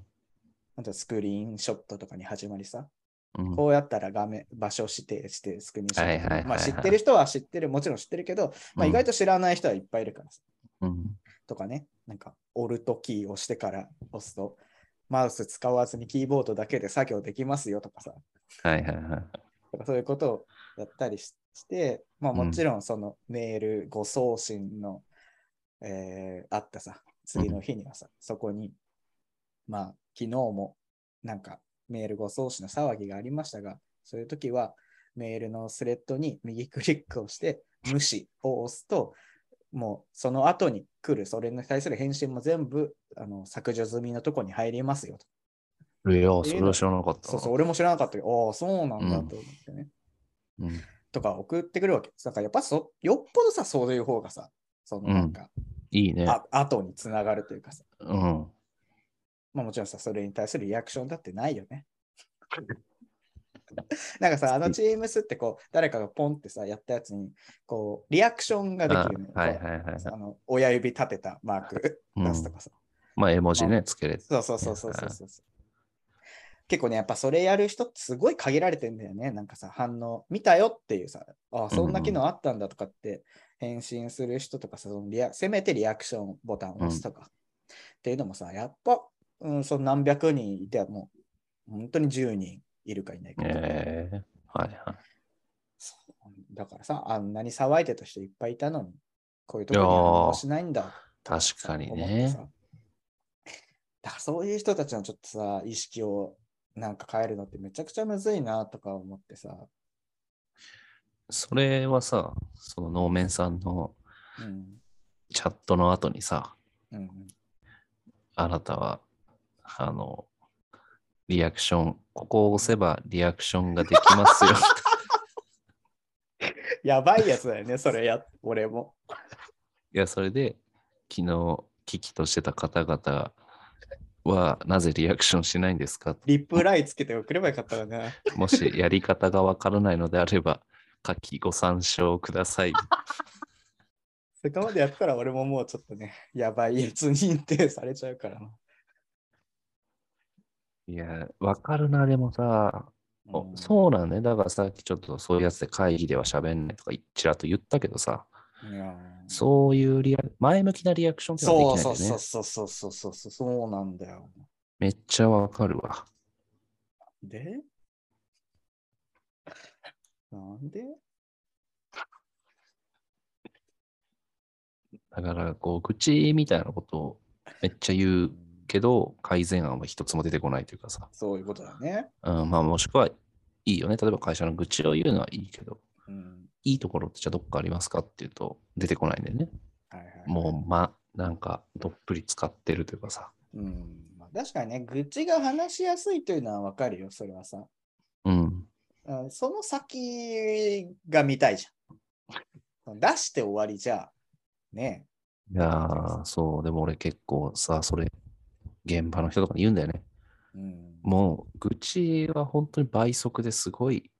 [SPEAKER 4] あとスクリーンショットとかに始まりさ、
[SPEAKER 1] うん、
[SPEAKER 4] こうやったら画面、場所指定してスクリーンショットとか。
[SPEAKER 1] はいはいはいはい
[SPEAKER 4] まあ知ってる人は知ってる、もちろん知ってるけど、まあ意外と知らない人はいっぱいいるからさ。
[SPEAKER 1] うん、
[SPEAKER 4] とかね、なんか、オルトキーを押してから押すと、マウス使わずにキーボードだけで作業できますよとかさ、
[SPEAKER 1] はいはいはい。
[SPEAKER 4] とかそういうことをやったりしして、まあ
[SPEAKER 1] うん
[SPEAKER 4] もちろんそのメール、ご送信の、えーあったさ、次の日にはさ、そこに、まあ昨日もなんかメールご送信の騒ぎがありましたが、そういう時はメールのスレッドに右クリックをして、無視を押すと、もうその後に来る、それに対する返信も全部あの削除済みのとこに入りますよと。
[SPEAKER 1] いや、それは知らなかった
[SPEAKER 4] そ
[SPEAKER 1] な。
[SPEAKER 4] うそう、俺も知らなかったけど、ああ、そうなんだと思ってね。
[SPEAKER 1] うん
[SPEAKER 4] とか送ってくるわけです。だからやっぱそよっぽどさ、そういう方がさ、そのなんか、
[SPEAKER 1] いいね。
[SPEAKER 4] あ後につながるというかさ、
[SPEAKER 1] うん。
[SPEAKER 4] まあもちろんさ、それに対するリアクションだってないよね。 *laughs* なんか
[SPEAKER 1] *laughs*
[SPEAKER 4] さ、あのチームスってこう、誰かがポンってさ、やったやつに、こう、リアクションがで
[SPEAKER 1] あ
[SPEAKER 4] きるのよ。
[SPEAKER 1] はいはい
[SPEAKER 4] こ。
[SPEAKER 1] はいはいう
[SPEAKER 4] あの親指立てたマーク
[SPEAKER 1] うん
[SPEAKER 4] 出すとかさ。
[SPEAKER 1] まあ、絵文字ね、つけれて。
[SPEAKER 4] そうそうそうそうそうそうそう。結構ね、やっぱそれやる人ってすごい限られてんだよね。なんかさ、反応、見たよっていうさ、あ、そんな機能あったんだとかって、返信する人とかさ、そのリアせめてリアクションボタンを押すとか、っていうのもさ、やっぱ、うん、その何百人いてはもう、本当に10人いるかいないかとか、
[SPEAKER 1] ええはいはい。
[SPEAKER 4] そうだからさ、あんなに騒いでた人いっぱいいたのに、こういうところに反応しないんだ
[SPEAKER 1] 確かに
[SPEAKER 4] 思って
[SPEAKER 1] ね
[SPEAKER 4] さ。だからそういう人たちのちょっとさ、意識をなんか変えるのってめちゃくちゃむずいなとか思ってさ。
[SPEAKER 1] それはさ、その能面さんの
[SPEAKER 4] うん。
[SPEAKER 1] チャットの後にさ、
[SPEAKER 4] うん。
[SPEAKER 1] あなたは、あの、リアクション、ここを押せばリアクションができ
[SPEAKER 4] *laughs*
[SPEAKER 1] ますよ。
[SPEAKER 4] やばいやつだよね、それや、俺も。
[SPEAKER 1] いや、それで、昨日、危機としてた方々は、なぜリアクションしないんですか
[SPEAKER 4] リプライつけて送ればよかったらね。
[SPEAKER 1] もしやり方がわからないのであれ
[SPEAKER 4] *laughs*
[SPEAKER 1] ば、下記ご参照ください。
[SPEAKER 4] そこまでやったら俺ももうちょっとね、やばいやつ認定されちゃうからな。
[SPEAKER 1] いや、わかるな、でもさ、お
[SPEAKER 4] うん
[SPEAKER 1] そうなんね。だからさっきちょっとそういうやつで会議では喋んないとか、ちらっと言ったけどさ、
[SPEAKER 4] いやー
[SPEAKER 1] そういうリア前向きなリアクションっての
[SPEAKER 4] そ
[SPEAKER 1] は
[SPEAKER 4] う
[SPEAKER 1] できない
[SPEAKER 4] そう
[SPEAKER 1] よね。
[SPEAKER 4] そうそうそうそうそうそうそうなんだよ。
[SPEAKER 1] めっちゃわかるわ。
[SPEAKER 4] でなんで
[SPEAKER 1] だから、こう、愚痴みたいなことをめっちゃ言うけど、改善案は一つも出てこないというかさ、
[SPEAKER 4] そういうことだね。
[SPEAKER 1] うん、まあ、もしくは、いいよね。例えば会社の愚痴を言うのはいいけど、
[SPEAKER 4] うん。
[SPEAKER 1] いいところってじゃあどっかありますかっていうと、出てこないんだよね。
[SPEAKER 4] はいはい。
[SPEAKER 1] もう、ま、なんか、どっぷり使ってるというかさ。
[SPEAKER 4] うんまあ、確かにね、愚痴が話しやすいというのはわかるよ、それはさ。
[SPEAKER 1] うん。
[SPEAKER 4] うんその先が見たいじゃん。出して終わりじゃ、ね
[SPEAKER 1] いやー、そう、でも俺結構さ、それ、現場の人とかに言うんだよね。
[SPEAKER 4] え。うん
[SPEAKER 1] もう、愚痴は本当に倍速ですごい、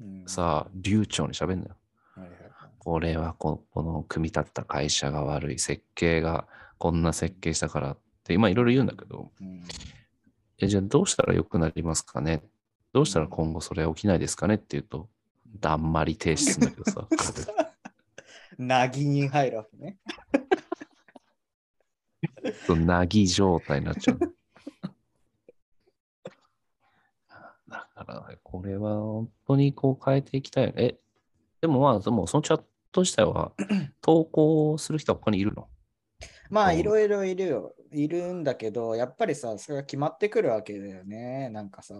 [SPEAKER 4] うん、
[SPEAKER 1] さ、流暢に喋るんだよ。
[SPEAKER 4] はいはいはい
[SPEAKER 1] これはこ、この組み立った会社が悪い、設計が、こんな設計したからって、今いろいろ言うんだけど、
[SPEAKER 4] うん
[SPEAKER 1] え、じゃあどうしたら良くなりますかねどうしたら今後それは起きないですかねっていうと、だんまり停止するんだけどさ。
[SPEAKER 4] なぎに入るわけね。
[SPEAKER 1] そう、なぎ状態になっ *laughs* ちゃう。だから、これは本当にこう変えていきたいよね。え、でもまあ、でもそのチャット自体 *clears throat* は投稿する人は他にいるの
[SPEAKER 4] まあ、
[SPEAKER 1] うん
[SPEAKER 4] いろいろいるよ。いるんだけど、やっぱりさ、それが決まってくるわけだよね。なんかさ、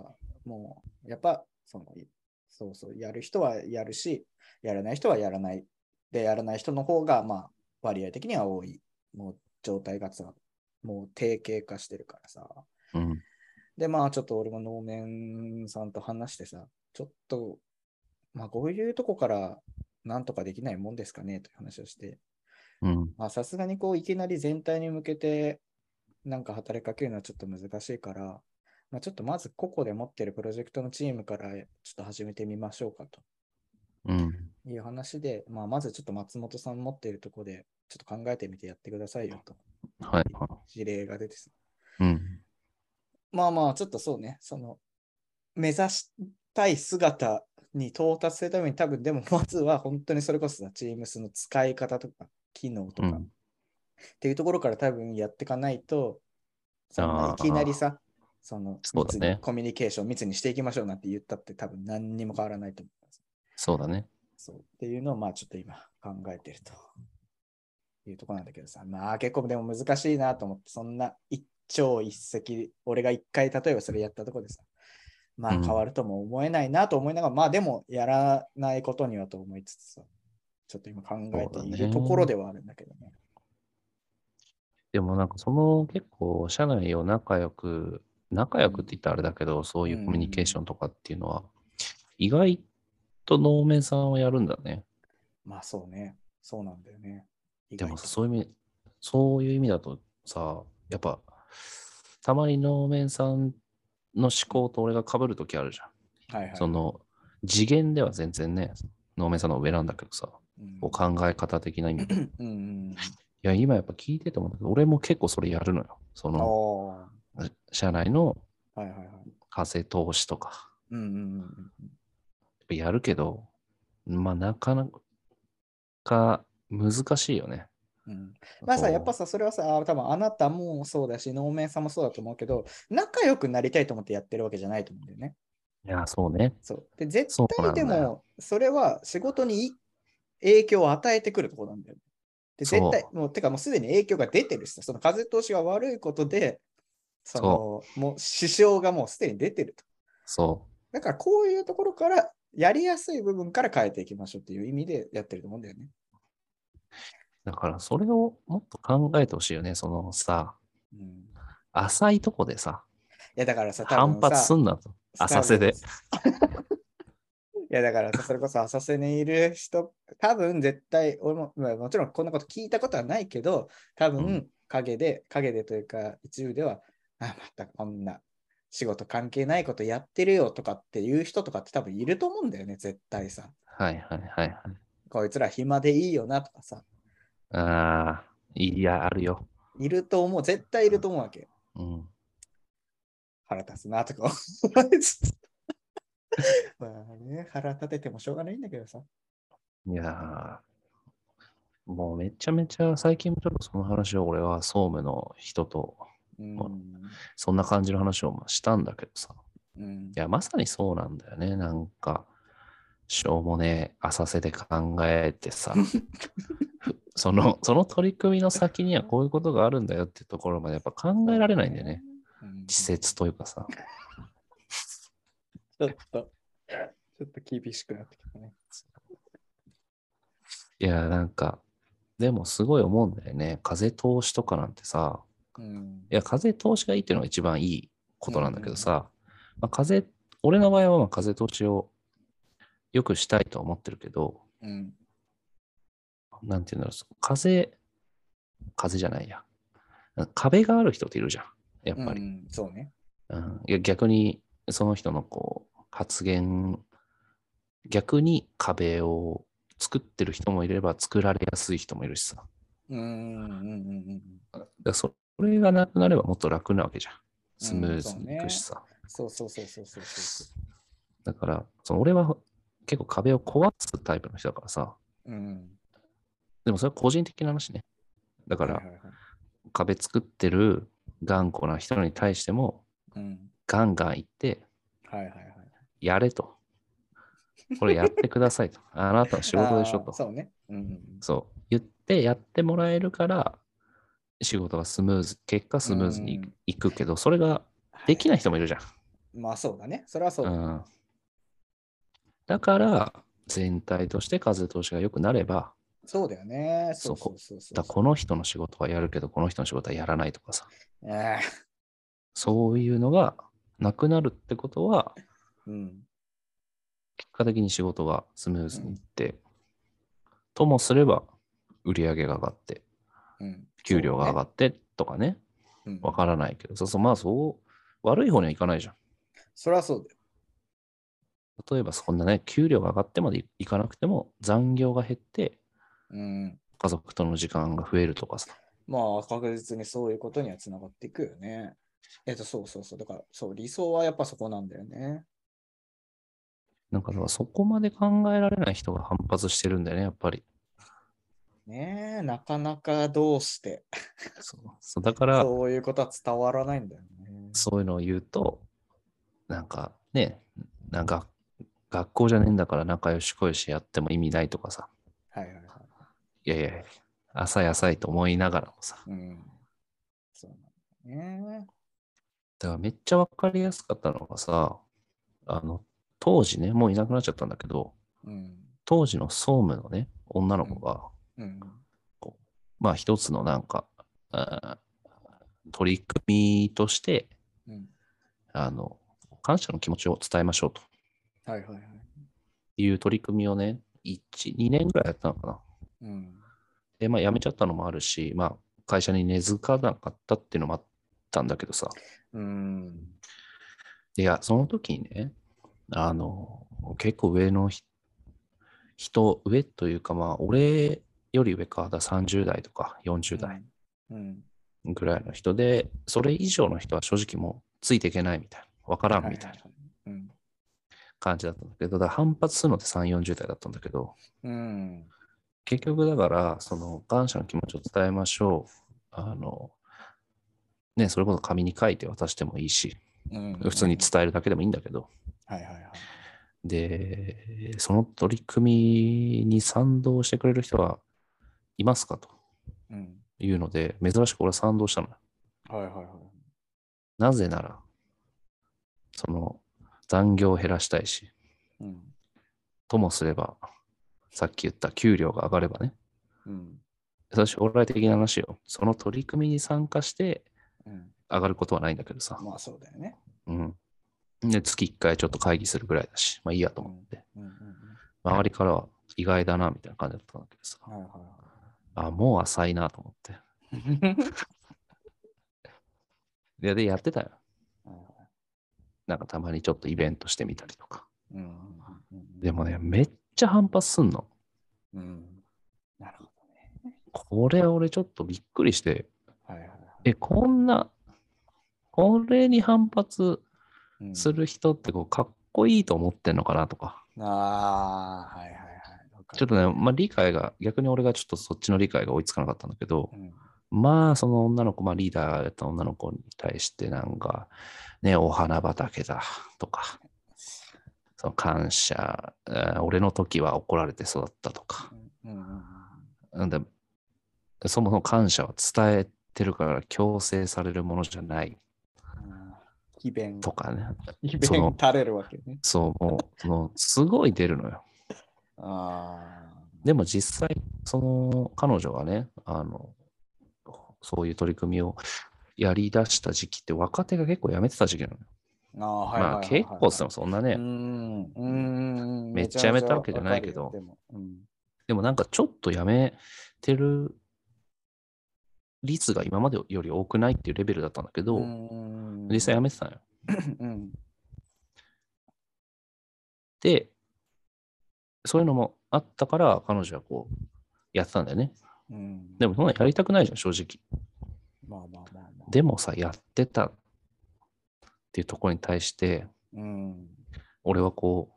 [SPEAKER 4] もう、やっぱ、その、いそうそう、やる人はやるし、やらない人はやらない。で、やらない人の方が、まあ、割合的には多い。もう、状態がさ、もう定型化してるからさ。
[SPEAKER 1] うん。
[SPEAKER 4] で、まあ、ちょっと俺も能面さんと話してさ、ちょっと、まあ、こういうとこから、なんとかできないもんですかねという話をして、
[SPEAKER 1] うん。
[SPEAKER 4] まあさすがにこういきなり全体に向けてなんか働きかけるのはちょっと難しいから、まあ、ちょっとまず個々で持ってるプロジェクトのチームからちょっと始めてみましょうか
[SPEAKER 1] うん。
[SPEAKER 4] という話で、まあ、まずちょっと松本さん持ってるとこでちょっと考えてみてやってくださいよと
[SPEAKER 1] はい。
[SPEAKER 4] 事例が出てさ
[SPEAKER 1] うん。
[SPEAKER 4] まあまあちょっとそうねその目指したい姿に到達するために多分でもまずは本当にそれこそさチームスの使い方とか機能と
[SPEAKER 1] う
[SPEAKER 4] か、
[SPEAKER 1] ん。
[SPEAKER 4] っていうところから多分やっていかないと、そんな
[SPEAKER 1] あ
[SPEAKER 4] い
[SPEAKER 1] ー
[SPEAKER 4] きなりさ、その
[SPEAKER 1] そうだね
[SPEAKER 4] 密にコミュニケーションを密にしていきましょうなんて言ったって多分何にも変わらないと思います。
[SPEAKER 1] そうだね。
[SPEAKER 4] そうっていうのをまあちょっと今考えてるというところなんだけどさ、まあ結構でも難しいなと思って、そんな一朝一夕、俺が一回例えばそれやったところでさ、まあ
[SPEAKER 1] うん
[SPEAKER 4] 変わるとも思えないなと思いながら、まあでもやらないことにはと思いつつさ、ちょっと今考えてい
[SPEAKER 1] そうだ
[SPEAKER 4] る
[SPEAKER 1] ね
[SPEAKER 4] ところではあるんだけどね。
[SPEAKER 1] でもなんかその結構、社内を仲良く、仲良くって言ったらあれだけど、そういうコミュニケーションとかっていうのは、意外と能面さんはやるんだね。
[SPEAKER 4] まあそうね。そうなんだよね。意
[SPEAKER 1] で
[SPEAKER 4] 外
[SPEAKER 1] も
[SPEAKER 4] と
[SPEAKER 1] さそういう意味、そういう意味だとさ、やっぱ、たまに能面さんの思考と俺が被るときあるじゃん。
[SPEAKER 4] はいはい。
[SPEAKER 1] その次元では全然ね、能面さんの上なんだけどさ、
[SPEAKER 4] うん、
[SPEAKER 1] こう考え方的な意味
[SPEAKER 4] *clears throat*
[SPEAKER 1] で。い
[SPEAKER 4] うんうん
[SPEAKER 1] や、今やっぱ聞いてても、俺も結構それやるのよ。そ
[SPEAKER 4] うん。
[SPEAKER 1] の、
[SPEAKER 4] おー
[SPEAKER 1] 社内の
[SPEAKER 4] はいはいはい。
[SPEAKER 1] 風通しとか、
[SPEAKER 4] うんうんうん。
[SPEAKER 1] やっぱやるけど、まあ、なかなか難しいよね。
[SPEAKER 4] うん、まあさ、
[SPEAKER 1] こう
[SPEAKER 4] やっぱさ、それはさ、あ多分あなたもそうだし、能面さんもそうだと思うけど、仲良くなりたいと思ってやってるわけじゃないと思うんだよね。
[SPEAKER 1] いや、そうね。
[SPEAKER 4] そう。で、絶
[SPEAKER 1] そうな
[SPEAKER 4] 対
[SPEAKER 1] んだ
[SPEAKER 4] で
[SPEAKER 1] よ
[SPEAKER 4] も、それは仕事にい影響を与えてくるところなんだよ。で、
[SPEAKER 1] そう
[SPEAKER 4] 絶対、もう、てかもうすでに影響が出てるしさ、その風通しが悪いことで、その、もう支障がもうすでに出てると。
[SPEAKER 1] そ
[SPEAKER 4] だからこういうところから、やりやすい部分から変えていきましょうっていう意味でやってると思うんだよね。
[SPEAKER 1] う。だから、それをもっと考えてほしいよね。そのさ、
[SPEAKER 4] うん、い
[SPEAKER 1] 浅いとこでさ、
[SPEAKER 4] や、だからさ、多分
[SPEAKER 1] 反
[SPEAKER 4] さ
[SPEAKER 1] 発すんなと。浅瀬で。
[SPEAKER 4] *laughs* いやだからさそれこそ浅瀬にいる人、多分絶対、俺も、まあ、もちろんこんなこと聞いたことはないけど、多
[SPEAKER 1] う
[SPEAKER 4] 分陰で、陰でというか一部では、あ、またこんな仕事関係ないことやってるよとかっていう人とかって多分いると思うんだよね、絶対さ。
[SPEAKER 1] はいはいはいはい。
[SPEAKER 4] こいつら暇でいいよなとかさ、
[SPEAKER 1] ああ、いや、あるよ。
[SPEAKER 4] いると思う、絶対いると思うわけ。
[SPEAKER 1] うん。
[SPEAKER 4] 腹立つなとか *laughs* 思いつつ。まあね、腹立ててもしょうがないんだけどさ。
[SPEAKER 1] いやーもうめちゃめちゃ最近もちょっとその話を俺は総務の人と
[SPEAKER 4] うん。
[SPEAKER 1] そんな感じの話をまあしたんだけどさ。
[SPEAKER 4] うん
[SPEAKER 1] いや、まさにそうなんだよね。なんか、しょうもねえ浅瀬で考えてさ、ふその、その取り組みの先にはこういうことがあるんだよっていうところまでやっぱ考えられないんだよね。。
[SPEAKER 4] うん
[SPEAKER 1] 稚拙というかさ。
[SPEAKER 4] ちょっと、ちょっと厳しくなってきたね。
[SPEAKER 1] いや、なんか、でもすごい思うんだよね。風通しとかなんてさ、
[SPEAKER 4] うん。
[SPEAKER 1] いや、風通しがいいっていうのが一番いいことなんだけどさ、まあ、風、俺の場合はまあ風通しを良くしたいとは思ってるけど、
[SPEAKER 4] うん。
[SPEAKER 1] なんていうんだろうその、風、風じゃないや。壁がある人っているじゃん、やっぱ
[SPEAKER 4] う
[SPEAKER 1] り。
[SPEAKER 4] ん、そうね。
[SPEAKER 1] うんいや逆に、その人のこう、発言、逆に壁を作ってる人もいれば、作られやすい人もいるしさ。
[SPEAKER 4] うん。うん。うん。うん
[SPEAKER 1] だからそれがなくなればもっと楽なわけじゃん。スムーズ
[SPEAKER 4] うんそう
[SPEAKER 1] に
[SPEAKER 4] ね
[SPEAKER 1] いくしさ。
[SPEAKER 4] そうそうそうそうそうそ
[SPEAKER 1] だから、その俺は結構壁を壊すタイプの人だからさ。
[SPEAKER 4] う。うん。
[SPEAKER 1] でもそれは個人的な話ね。だか
[SPEAKER 4] だ
[SPEAKER 1] ら、壁作ってる頑固な人に対しても、
[SPEAKER 4] うん。
[SPEAKER 1] ガンガン言って、
[SPEAKER 4] はいはいはい。
[SPEAKER 1] やれと。これやってください
[SPEAKER 4] *laughs*
[SPEAKER 1] と。あなたの仕事でしょ
[SPEAKER 4] あー
[SPEAKER 1] と。
[SPEAKER 4] そうね。うんうんうん。
[SPEAKER 1] そう。言ってやってもらえるから、仕事がスムーズ、結果スムーズに
[SPEAKER 4] うん
[SPEAKER 1] いくけど、それができない人もいるじゃん。
[SPEAKER 4] まあそうだね。それはそう
[SPEAKER 1] う
[SPEAKER 4] だ。
[SPEAKER 1] ん、だから全体として風通しが良くなれば
[SPEAKER 4] そうだよね。
[SPEAKER 1] そう
[SPEAKER 4] そ
[SPEAKER 1] う
[SPEAKER 4] そ
[SPEAKER 1] こ
[SPEAKER 4] うそうそう。
[SPEAKER 1] だこの人の仕事はやるけどこの人の仕事はやらないとかさ
[SPEAKER 4] あ
[SPEAKER 1] そういうのがなくなるってことは
[SPEAKER 4] ーうん。
[SPEAKER 1] 結果的に仕事がスムーズにいって、ともすれば売り上げが上がって
[SPEAKER 4] うん。
[SPEAKER 1] 給料が上がっ
[SPEAKER 4] っ
[SPEAKER 1] てとかね
[SPEAKER 4] て。うん
[SPEAKER 1] わ、からないけどそうそうまあそう悪い方にはいかないじゃん
[SPEAKER 4] それはそうだよ。
[SPEAKER 1] 例えばそんなね給料が上がってまでいいかなくても残業が減って
[SPEAKER 4] うん。
[SPEAKER 1] 家族との時間が増えるとかさ
[SPEAKER 4] まあ確実にそういうことにはつながっていくよね。えっと、そうそうそう。だから、そう、理想はやっぱそこなんだよね。
[SPEAKER 1] なんかだからそこまで考えられない人が反発してるんだよね、やっぱり。
[SPEAKER 4] ねえ、なかなかどうして、
[SPEAKER 1] そうそうだから、
[SPEAKER 4] そういうことは伝わらないんだよね。
[SPEAKER 1] そういうのを言うと、なんかね、なんか学校じゃねえんだから仲良し恋しやっても意味ないとかさ、
[SPEAKER 4] はいはいはい。
[SPEAKER 1] いやいやいや、浅い浅いと思いながらもさ。
[SPEAKER 4] うん。そうなんだね。
[SPEAKER 1] だからめっちゃわかりやすかったのがさ、あの、当時ね、もういなくなっちゃったんだけど、
[SPEAKER 4] うん。
[SPEAKER 1] 当時の総務のね、女の子が、
[SPEAKER 4] うん。
[SPEAKER 1] まあ一つのなんか、あー取り組みとして、
[SPEAKER 4] うん。
[SPEAKER 1] あの、感謝の気持ちを伝えましょうと
[SPEAKER 4] はいはいはい。
[SPEAKER 1] いう取り組みをね、1、2年ぐらいやったのかな。
[SPEAKER 4] うん。
[SPEAKER 1] で、まあ、辞めちゃったのもあるし、まあ、会社に根付かなかったっていうのもあったんだけどさ。
[SPEAKER 4] うん。
[SPEAKER 1] いや、その時にね、あの、結構上のひ人、上というか、まあ、俺より上か、だから30代とか40代
[SPEAKER 4] うん。
[SPEAKER 1] ぐらいの人で、それ以上の人は正直もうついていけないみたいな、わからんみたいな
[SPEAKER 4] な。
[SPEAKER 1] 感じだったんだけど、だから反発するのって3、40代だったんだけど、
[SPEAKER 4] うん。
[SPEAKER 1] 結局だから、その感謝の気持ちを伝えましょう。あの、ね、それこそ紙に書いて渡してもいいし、
[SPEAKER 4] うん。
[SPEAKER 1] 普通に伝えるだけでもいいんだけど、
[SPEAKER 4] はいはいはい。
[SPEAKER 1] で、その取り組みに賛同してくれる人はいますかと
[SPEAKER 4] うん。
[SPEAKER 1] いうので、珍しく俺は賛同したのよ。
[SPEAKER 4] はいはいはい。
[SPEAKER 1] なぜなら、その残業を減らしたいし、
[SPEAKER 4] うん。
[SPEAKER 1] ともすれば、さっき言った給料が上がればね、
[SPEAKER 4] うん。
[SPEAKER 1] そして将来的な話よ、その取り組みに参加して
[SPEAKER 4] うん。
[SPEAKER 1] 上がることはないんだけどさ、
[SPEAKER 4] まあそうだよね。
[SPEAKER 1] うん。で、月1回ちょっと会議するぐらいだし、まあいいやと思って、
[SPEAKER 4] うんうんうん。
[SPEAKER 1] 周りからは意外だなみたいな感じだったんだけどさ、
[SPEAKER 4] はいはいは
[SPEAKER 1] あ、もう浅いなと思って。
[SPEAKER 4] い。
[SPEAKER 1] で、でやってたよ。
[SPEAKER 4] はいはい
[SPEAKER 1] なんかたまにちょっとイベントしてみたりとか。
[SPEAKER 4] うんうんうんうん
[SPEAKER 1] でもね、めっちゃ反発すんの。
[SPEAKER 4] うん。なるほどね。
[SPEAKER 1] これ俺ちょっとびっくりして、
[SPEAKER 4] はいはいはい。
[SPEAKER 1] え、こんな、これに反発
[SPEAKER 4] うん
[SPEAKER 1] する人ってこうかっこいいと思ってんのかなとか。
[SPEAKER 4] ああ、はいはいはい。わかる
[SPEAKER 1] ちょっとね、まあ理解が、逆に俺がちょっとそっちの理解が追いつかなかったんだけど、
[SPEAKER 4] うん
[SPEAKER 1] まあ、その女の子、まあ、リーダーやった女の子に対して、なんか、ね、お花畑だとか、その感謝、えー俺の時は怒られて育ったとか、
[SPEAKER 4] うんうんうん
[SPEAKER 1] なんで、そもそも感謝は伝えてるから強制されるものじゃない
[SPEAKER 4] うん詭弁、
[SPEAKER 1] とかね、
[SPEAKER 4] 詭
[SPEAKER 1] その
[SPEAKER 4] 弁垂れるわけね。
[SPEAKER 1] そう、もう、もうすごい出るのよ。
[SPEAKER 4] あ
[SPEAKER 1] でも実際、その彼女がね、あの、そういう取り組みをやり出した時期って若手が結構やめてた時期なのよ。
[SPEAKER 4] ーあー、はいはいはい
[SPEAKER 1] まあ
[SPEAKER 4] はい。
[SPEAKER 1] 結構そそんなね、
[SPEAKER 4] うんうんうん
[SPEAKER 1] めっちゃやめたわけじゃないけど
[SPEAKER 4] わかるよでもうん
[SPEAKER 1] でもなんかちょっとやめてる率が今までより多くないっていうレベルだったんだけど、
[SPEAKER 4] うん
[SPEAKER 1] 実際やめてたのよ。
[SPEAKER 4] うん
[SPEAKER 1] で、そういうのもあったから彼女はこうやってたんだよね。
[SPEAKER 4] うん
[SPEAKER 1] でもそんなやりたくないじゃん、正直。
[SPEAKER 4] まあまあまあまあ。
[SPEAKER 1] でもさ、やってたっていうところに対して、
[SPEAKER 4] うん
[SPEAKER 1] 俺はこ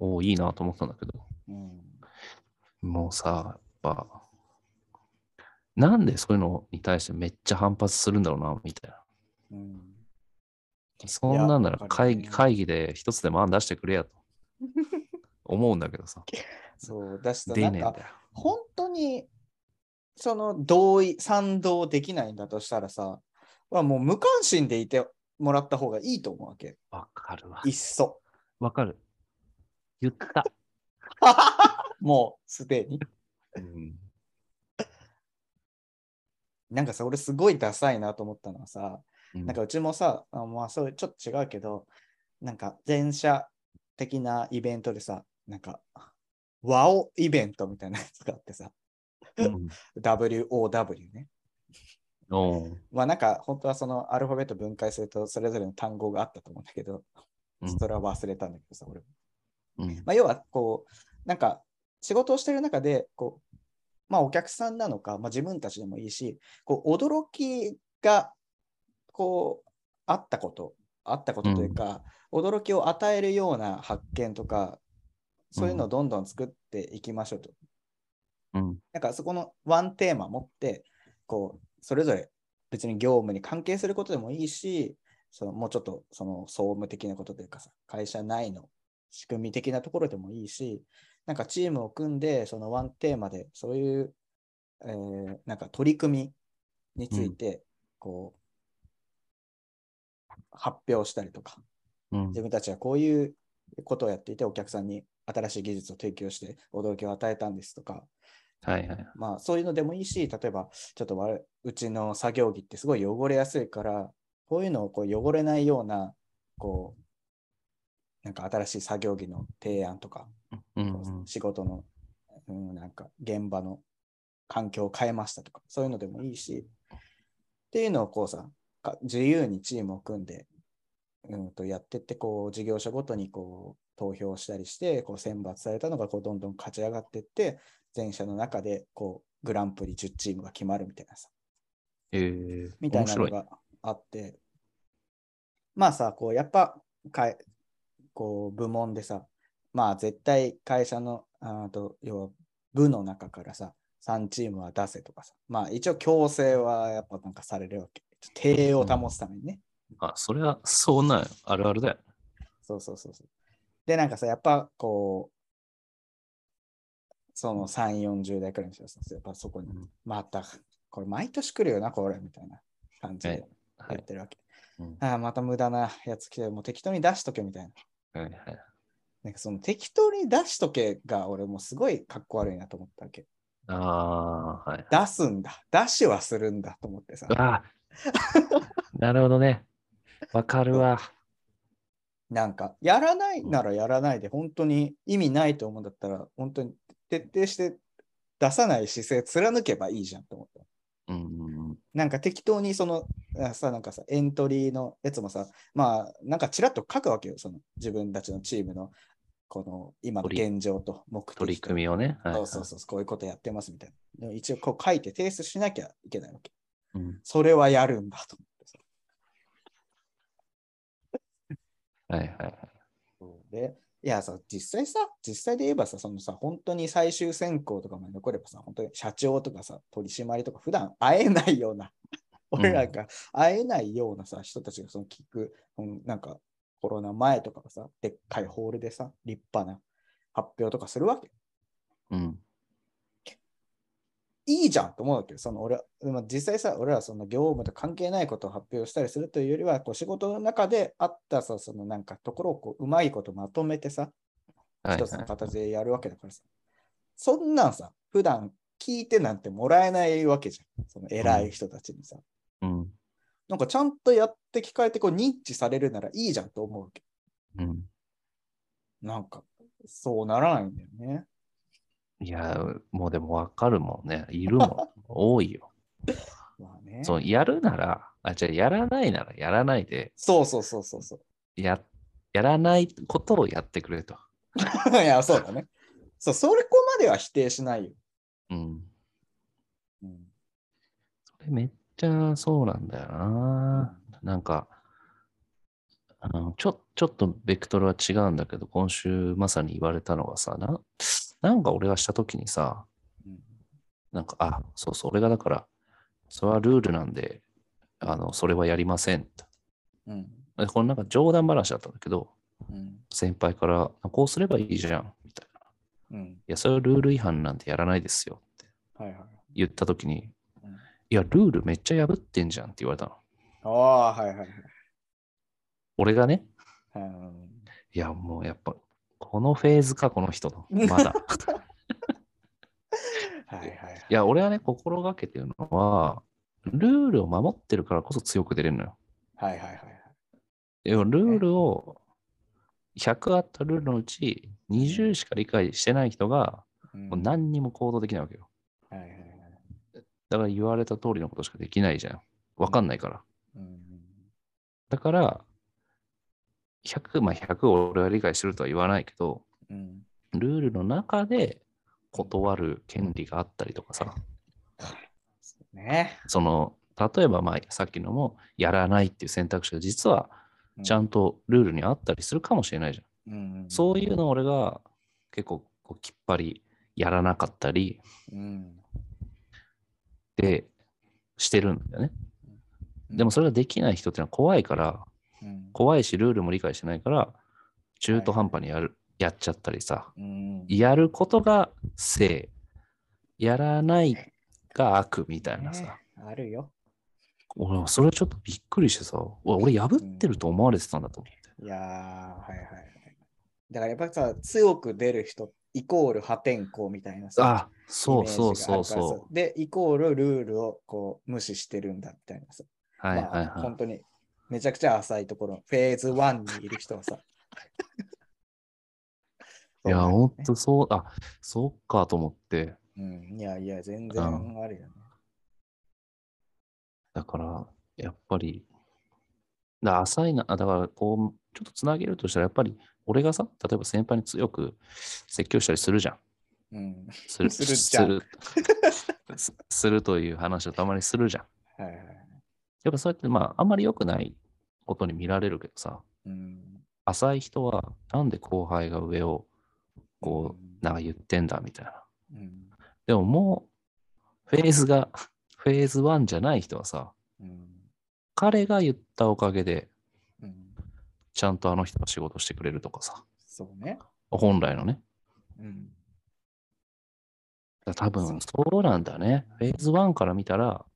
[SPEAKER 1] う、おお、いいなと思ったんだけど、
[SPEAKER 4] うん
[SPEAKER 1] もうさ、やっぱ、なんでそういうのに対してめっちゃ反発するんだろうな、みたいな。
[SPEAKER 4] うん
[SPEAKER 1] そんなんなら
[SPEAKER 4] いやわかる
[SPEAKER 1] 会
[SPEAKER 4] ね
[SPEAKER 1] 議会議で一つでも案出してくれ
[SPEAKER 4] *laughs*
[SPEAKER 1] やと思うんだけどさ。
[SPEAKER 4] そう、だしさ、
[SPEAKER 1] 出
[SPEAKER 4] なん
[SPEAKER 1] ねえんだ
[SPEAKER 4] か
[SPEAKER 1] よ。
[SPEAKER 4] 本当にその同意、賛同できないんだとしたらさ、はもう無関心でいてもらった方がいいと思うわけ。
[SPEAKER 1] わかるわ
[SPEAKER 4] いっ。そ。 *laughs*
[SPEAKER 1] わかる。言った。
[SPEAKER 4] もうすでに。
[SPEAKER 1] うん。
[SPEAKER 4] なんかさ、俺すごいダサいなと思ったのはさ、
[SPEAKER 1] な
[SPEAKER 4] なんか、うちもさ、あまあそういうちょっと違うけど、なんか前者的なイベントでさ、なんか、ワオイベントみたいなやつがあってさ、
[SPEAKER 1] うん、
[SPEAKER 4] WOW ね。
[SPEAKER 1] おう
[SPEAKER 4] まあなんか本当はそのアルファベット分解するとそれぞれの単語があったと思うんだけど
[SPEAKER 1] う、ん
[SPEAKER 4] それは忘れたんだけどさ、俺も。
[SPEAKER 1] うん。
[SPEAKER 4] まあ要はこう、なんか仕事をしてる中で、こう、まあお客さんなのか、まあ自分たちでもいいし、こう驚きがこうあったこと、あったことというか、驚きを与えるような発見とか、そういうのをどんどん作っていきましょうと。
[SPEAKER 1] うん。
[SPEAKER 4] なんかそこのワンテーマ持って、こう、それぞれ別に業務に関係することでもいいし、そのもうちょっとその総務的なことというかさ、会社内の仕組み的なところでもいいし、なんかチームを組んで、そのワンテーマでそういう、えーなんか取り組みについて、こう、発表したりとか、
[SPEAKER 1] うん
[SPEAKER 4] 自分たちはこういうことをやっていて、お客さんに新しい技術を提供して驚きを与えたんですとか、
[SPEAKER 1] はいはい。
[SPEAKER 4] まあそういうのでもいいし、例えばちょっと我々うちの作業着ってすごい汚れやすいから、こういうのをこう汚れないような、こう、なんか新しい作業着の提案とか、
[SPEAKER 1] うん
[SPEAKER 4] こう
[SPEAKER 1] うん。
[SPEAKER 4] 仕事の、うん、なんか現場の環境を変えましたとか、そういうのでもいいし、っていうのをこうさ、か自由にチームを組んでうんとやってって、こう、事業者ごとにこう、投票したりして、こう、選抜されたのが、こう、どんどん勝ち上がってって、全社の中で、こう、グランプリ10チームが決まるみたいなさ、
[SPEAKER 1] えー、
[SPEAKER 4] みたいなの
[SPEAKER 1] 面白い。
[SPEAKER 4] があって、まあさ、こう、やっぱ、かいこう、部門でさ、まあ、絶対会社の、あーと、要は、部の中からさ、3チームは出せとかさ、まあ、一応、強制はやっぱなんかされるわけ。定を保つためにね。
[SPEAKER 1] あ、それは、そうなんやあるあるだよ。
[SPEAKER 4] そうそうそうそう。で、なんかさ、やっぱこう、その3、40代くらいの人がさ、やっぱそこに
[SPEAKER 1] うん、
[SPEAKER 4] また、これ毎年来るよな、これ、みたいな感じで
[SPEAKER 1] は
[SPEAKER 4] や
[SPEAKER 1] い
[SPEAKER 4] っ。てるわけ。
[SPEAKER 1] うん
[SPEAKER 4] ああ、また無駄なやつ来て、もう適当に出しとけみたいな。
[SPEAKER 1] はいはい。
[SPEAKER 4] なんかその適当に出しとけが俺もうすごいかっこ悪いなと思ったわけ。
[SPEAKER 1] ああー、はい。
[SPEAKER 4] 出すんだ。出しはするんだと思ってさ。
[SPEAKER 1] ああ、 *laughs* なるほどね。わかるわ。
[SPEAKER 4] なんか、やらないならやらないで、本当に意味ないと思うんだったら、本当に徹底して出さない姿勢貫けばいいじゃんと思った。
[SPEAKER 1] うん。
[SPEAKER 4] なんか適当にその、あさ、なんかさ、エントリーのやつもさ、まあ、なんかちらっと書くわけよ、その自分たちのチームの、この今の
[SPEAKER 1] 取り
[SPEAKER 4] 現状と目的と。
[SPEAKER 1] 取り組みをね。はい
[SPEAKER 4] そうそうそう、こういうことやってますみたいな。でも一応こう書いて提出しなきゃいけないわけ。
[SPEAKER 1] うん
[SPEAKER 4] それはやるんだと
[SPEAKER 1] はいはいはい。
[SPEAKER 4] そうで、いやさ、実際さ、実際で言えばさ、そのさ、本当に最終選考とかまで残ればさ、本当に社長とかさ、取締りとか、普段会えないような、
[SPEAKER 1] ん
[SPEAKER 4] 俺らが会えないようなさ、人たちがその聞く、そのなんかコロナ前とかはさ、でっかいホールでさ、立派な発表とかするわけ。
[SPEAKER 1] うん。
[SPEAKER 4] いいじゃんと思うわけど、その俺は、まあ、実際さ、俺らその業務と関係ないことを発表したりするというよりは、こう仕事の中であったさ、そのなんかところをこううまいことまとめてさ、
[SPEAKER 1] はい
[SPEAKER 4] 一つ
[SPEAKER 1] は
[SPEAKER 4] の
[SPEAKER 1] い。
[SPEAKER 4] 形でやるわけだからさ。そんなんさ、普段聞いてなんてもらえないわけじゃん。その偉い人たちにさ。
[SPEAKER 1] うん。
[SPEAKER 4] なんかちゃんとやって聞かれてこう認知されるならいいじゃんと思うわけ。
[SPEAKER 1] うん。
[SPEAKER 4] なんか、そうならないんだよね。
[SPEAKER 1] いや、もうでもわかるもんね。いるもん。多いよ。
[SPEAKER 4] まあね。
[SPEAKER 1] そ、
[SPEAKER 4] そう
[SPEAKER 1] やるなら、あ、じゃあやらないならやらないで、
[SPEAKER 4] うそうそうそう *laughs* そ
[SPEAKER 1] や、やらないことをやってくれと。
[SPEAKER 4] う。いや、そうだね。そう、それこまでは否定しないよ。
[SPEAKER 1] うん。
[SPEAKER 4] うん
[SPEAKER 1] それめっちゃそうなんだよな。なんか、あのちょちょっとベクトルは違うんだけど、今週まさに言われたのがさ、ななんか俺がした時にさ、
[SPEAKER 4] うん
[SPEAKER 1] なんか、あ、そうそう、俺がだから、それはルールなんで、あの、それはやりませんって。
[SPEAKER 4] うん。
[SPEAKER 1] でこのなんか冗談話だったんだけど、
[SPEAKER 4] うん。
[SPEAKER 1] 先輩から、こうすればいいじゃん、みたいな。
[SPEAKER 4] うん。
[SPEAKER 1] いや、それはルール違反なんてやらないですよって
[SPEAKER 4] はいはい。
[SPEAKER 1] 言った時に
[SPEAKER 4] うん、
[SPEAKER 1] いや、ルールめっちゃ破ってんじゃんって言われたの。
[SPEAKER 4] ああ、はいはいはい。
[SPEAKER 1] 俺がね、
[SPEAKER 4] うん
[SPEAKER 1] いや、もうやっぱ、このフェーズか、この人の。ま
[SPEAKER 4] *laughs*
[SPEAKER 1] だ。
[SPEAKER 4] はいはいはい。
[SPEAKER 1] いや、俺はね、心がけてるのは、ルールを守ってるからこそ強く出れるのよ。
[SPEAKER 4] はいはいはい。
[SPEAKER 1] でもルールを、100あったルールのうち、20しか理解してない人が、
[SPEAKER 4] うん
[SPEAKER 1] もう何にも行動できないわけよ。
[SPEAKER 4] はいはいはい。
[SPEAKER 1] だから言われた通りのことしかできないじゃん。わかんないから。
[SPEAKER 4] うん
[SPEAKER 1] だから、100、まあ100を俺は理解してるとは言わないけど、
[SPEAKER 4] うん。
[SPEAKER 1] ルールの中で断る権利があったりとかさ、
[SPEAKER 4] そうね。
[SPEAKER 1] その、例えばまあさっきのも、やらないっていう選択肢が実は
[SPEAKER 4] う
[SPEAKER 1] ちゃんとルールにあったりするかもしれないじゃん。
[SPEAKER 4] うん、
[SPEAKER 1] そういうのを俺が結構こうきっぱりやらなかったり
[SPEAKER 4] うん。
[SPEAKER 1] でしてるんだよね。
[SPEAKER 4] うん
[SPEAKER 1] でもそれができない人ってのは怖いから、
[SPEAKER 4] うん。
[SPEAKER 1] 怖いしルールも理解してないから、中途半端にやる、やっちゃったりさ、
[SPEAKER 4] うん。
[SPEAKER 1] やることが正、やらないが悪みたいな
[SPEAKER 4] ね
[SPEAKER 1] さ。
[SPEAKER 4] あるよ。
[SPEAKER 1] 俺はそれちょっとびっくりしてさ、俺俺破ってると思われてたんだと思って。
[SPEAKER 4] いやー、はいはいはい。だからやっぱりさ、強く出る人、イコール破天荒みたいなさ。
[SPEAKER 1] あ、そうそうそう
[SPEAKER 4] イメージがあるから
[SPEAKER 1] そ
[SPEAKER 4] さで、イコールルールをこう無視してるんだみたいなさ。
[SPEAKER 1] う。はいはい
[SPEAKER 4] まあ、
[SPEAKER 1] は
[SPEAKER 4] 本当にめちゃくちゃ浅いところ、フェーズ1にいる人はさ。
[SPEAKER 1] *laughs* い。いや、
[SPEAKER 4] そう
[SPEAKER 1] ほんとそう、あ、そっかと思って。
[SPEAKER 4] うん、いやいや、全然
[SPEAKER 1] うん
[SPEAKER 4] あるよね。
[SPEAKER 1] だから、やっぱり、だから浅いな、あだからこう、ちょっとつなげるとしたら、やっぱり俺がさ、例えば先輩に強く説教したりするじゃん。
[SPEAKER 4] うん。
[SPEAKER 1] する、
[SPEAKER 4] するじゃん
[SPEAKER 1] するすするという話をたまにするじゃん。
[SPEAKER 4] はいはいはい。
[SPEAKER 1] やっぱそうやって、まあ、あんまり良くないことに見られるけどさ、
[SPEAKER 4] うん。
[SPEAKER 1] 浅い人は、なんで後輩が上を、こ
[SPEAKER 4] うん
[SPEAKER 1] う、なんか言ってんだみたいな。
[SPEAKER 4] うん。
[SPEAKER 1] でももう、フェーズが、 *laughs* フェーズ1じゃない人はさ、
[SPEAKER 4] うん。
[SPEAKER 1] 彼が言ったおかげで、
[SPEAKER 4] うん。
[SPEAKER 1] ちゃんとあの人が仕事してくれるとかさ、
[SPEAKER 4] そうね。
[SPEAKER 1] 本来のね。
[SPEAKER 4] うん。
[SPEAKER 1] だから多分、そうなんだね。フェーズ1から見たら、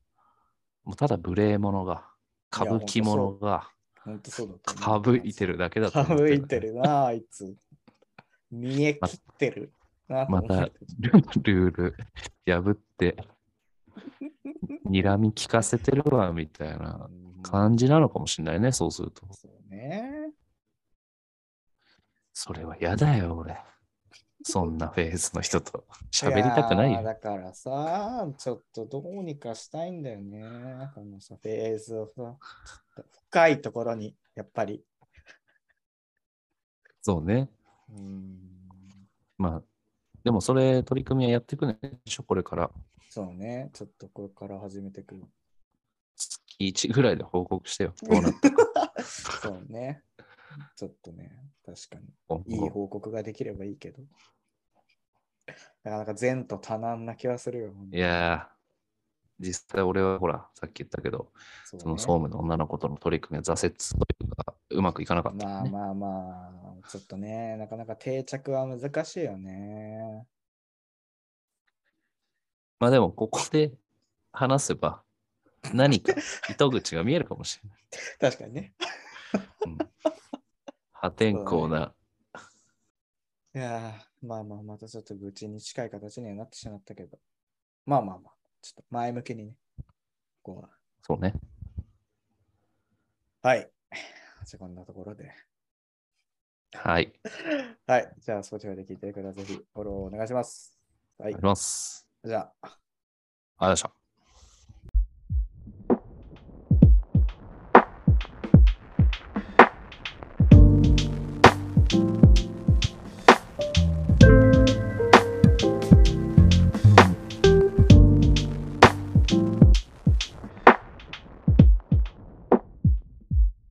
[SPEAKER 1] もうただ無礼者が、歌舞伎者が、
[SPEAKER 4] 本当そうだと
[SPEAKER 1] か
[SPEAKER 4] 思
[SPEAKER 1] ぶいてるだけだと思
[SPEAKER 4] か
[SPEAKER 1] って
[SPEAKER 4] ぶいてるな、あいつ。見え切ってるなと思って。
[SPEAKER 1] まルルール破って、睨み聞かせてるわ、みたいな
[SPEAKER 4] うん
[SPEAKER 1] 感じなのかもしれないね、そうすると。
[SPEAKER 4] そうね。
[SPEAKER 1] それは嫌だよ、俺。そんなフェーズの人と喋りたくない
[SPEAKER 4] や
[SPEAKER 1] よ。
[SPEAKER 4] ーだからさ、ちょっとどうにかしたいんだよね。このさ、フェーズをさ、ちょっと深いところに、やっぱり。
[SPEAKER 1] そうね。
[SPEAKER 4] うん。
[SPEAKER 1] まあ、でもそれ、取り組みはやっていくんでしょ、これから。
[SPEAKER 4] そうね。ちょっとこれから始めてくる。
[SPEAKER 1] 月1ぐらいで報告してよ。どうなったか。
[SPEAKER 4] そうね。ちょっとね、確かに。
[SPEAKER 1] 今
[SPEAKER 4] い
[SPEAKER 1] 後
[SPEAKER 4] い報告ができればいいけど。なかなか善と多難な気はするよ。本当
[SPEAKER 1] いやー、実際俺はほら、さっき言ったけど、
[SPEAKER 4] そう
[SPEAKER 1] その
[SPEAKER 4] ね
[SPEAKER 1] 総務の女の子との取り組みは挫折というか、うまくいかなかった、ね。
[SPEAKER 4] まあまあまあ、ちょっとね、なかなか定着は難しいよね。
[SPEAKER 1] まあでも、ここで話せば、何か糸口が見えるかもしれない。
[SPEAKER 4] 確かにね。
[SPEAKER 1] うん、破天荒な、
[SPEAKER 4] いやーまあまあ、またちょっと愚痴に近い形にはなってしまったけど。まあまあまあ、ちょっと前向きにね。ここは。
[SPEAKER 1] そうね。
[SPEAKER 4] はい。 *laughs* じゃあこんなところで。
[SPEAKER 1] はい。
[SPEAKER 4] はい。じゃあ、Spotify で聞いてる方はぜひフォローお願いします。は
[SPEAKER 1] あ
[SPEAKER 4] い
[SPEAKER 1] りがとうござい。ます。
[SPEAKER 4] じゃあ。
[SPEAKER 1] ありがとうございました。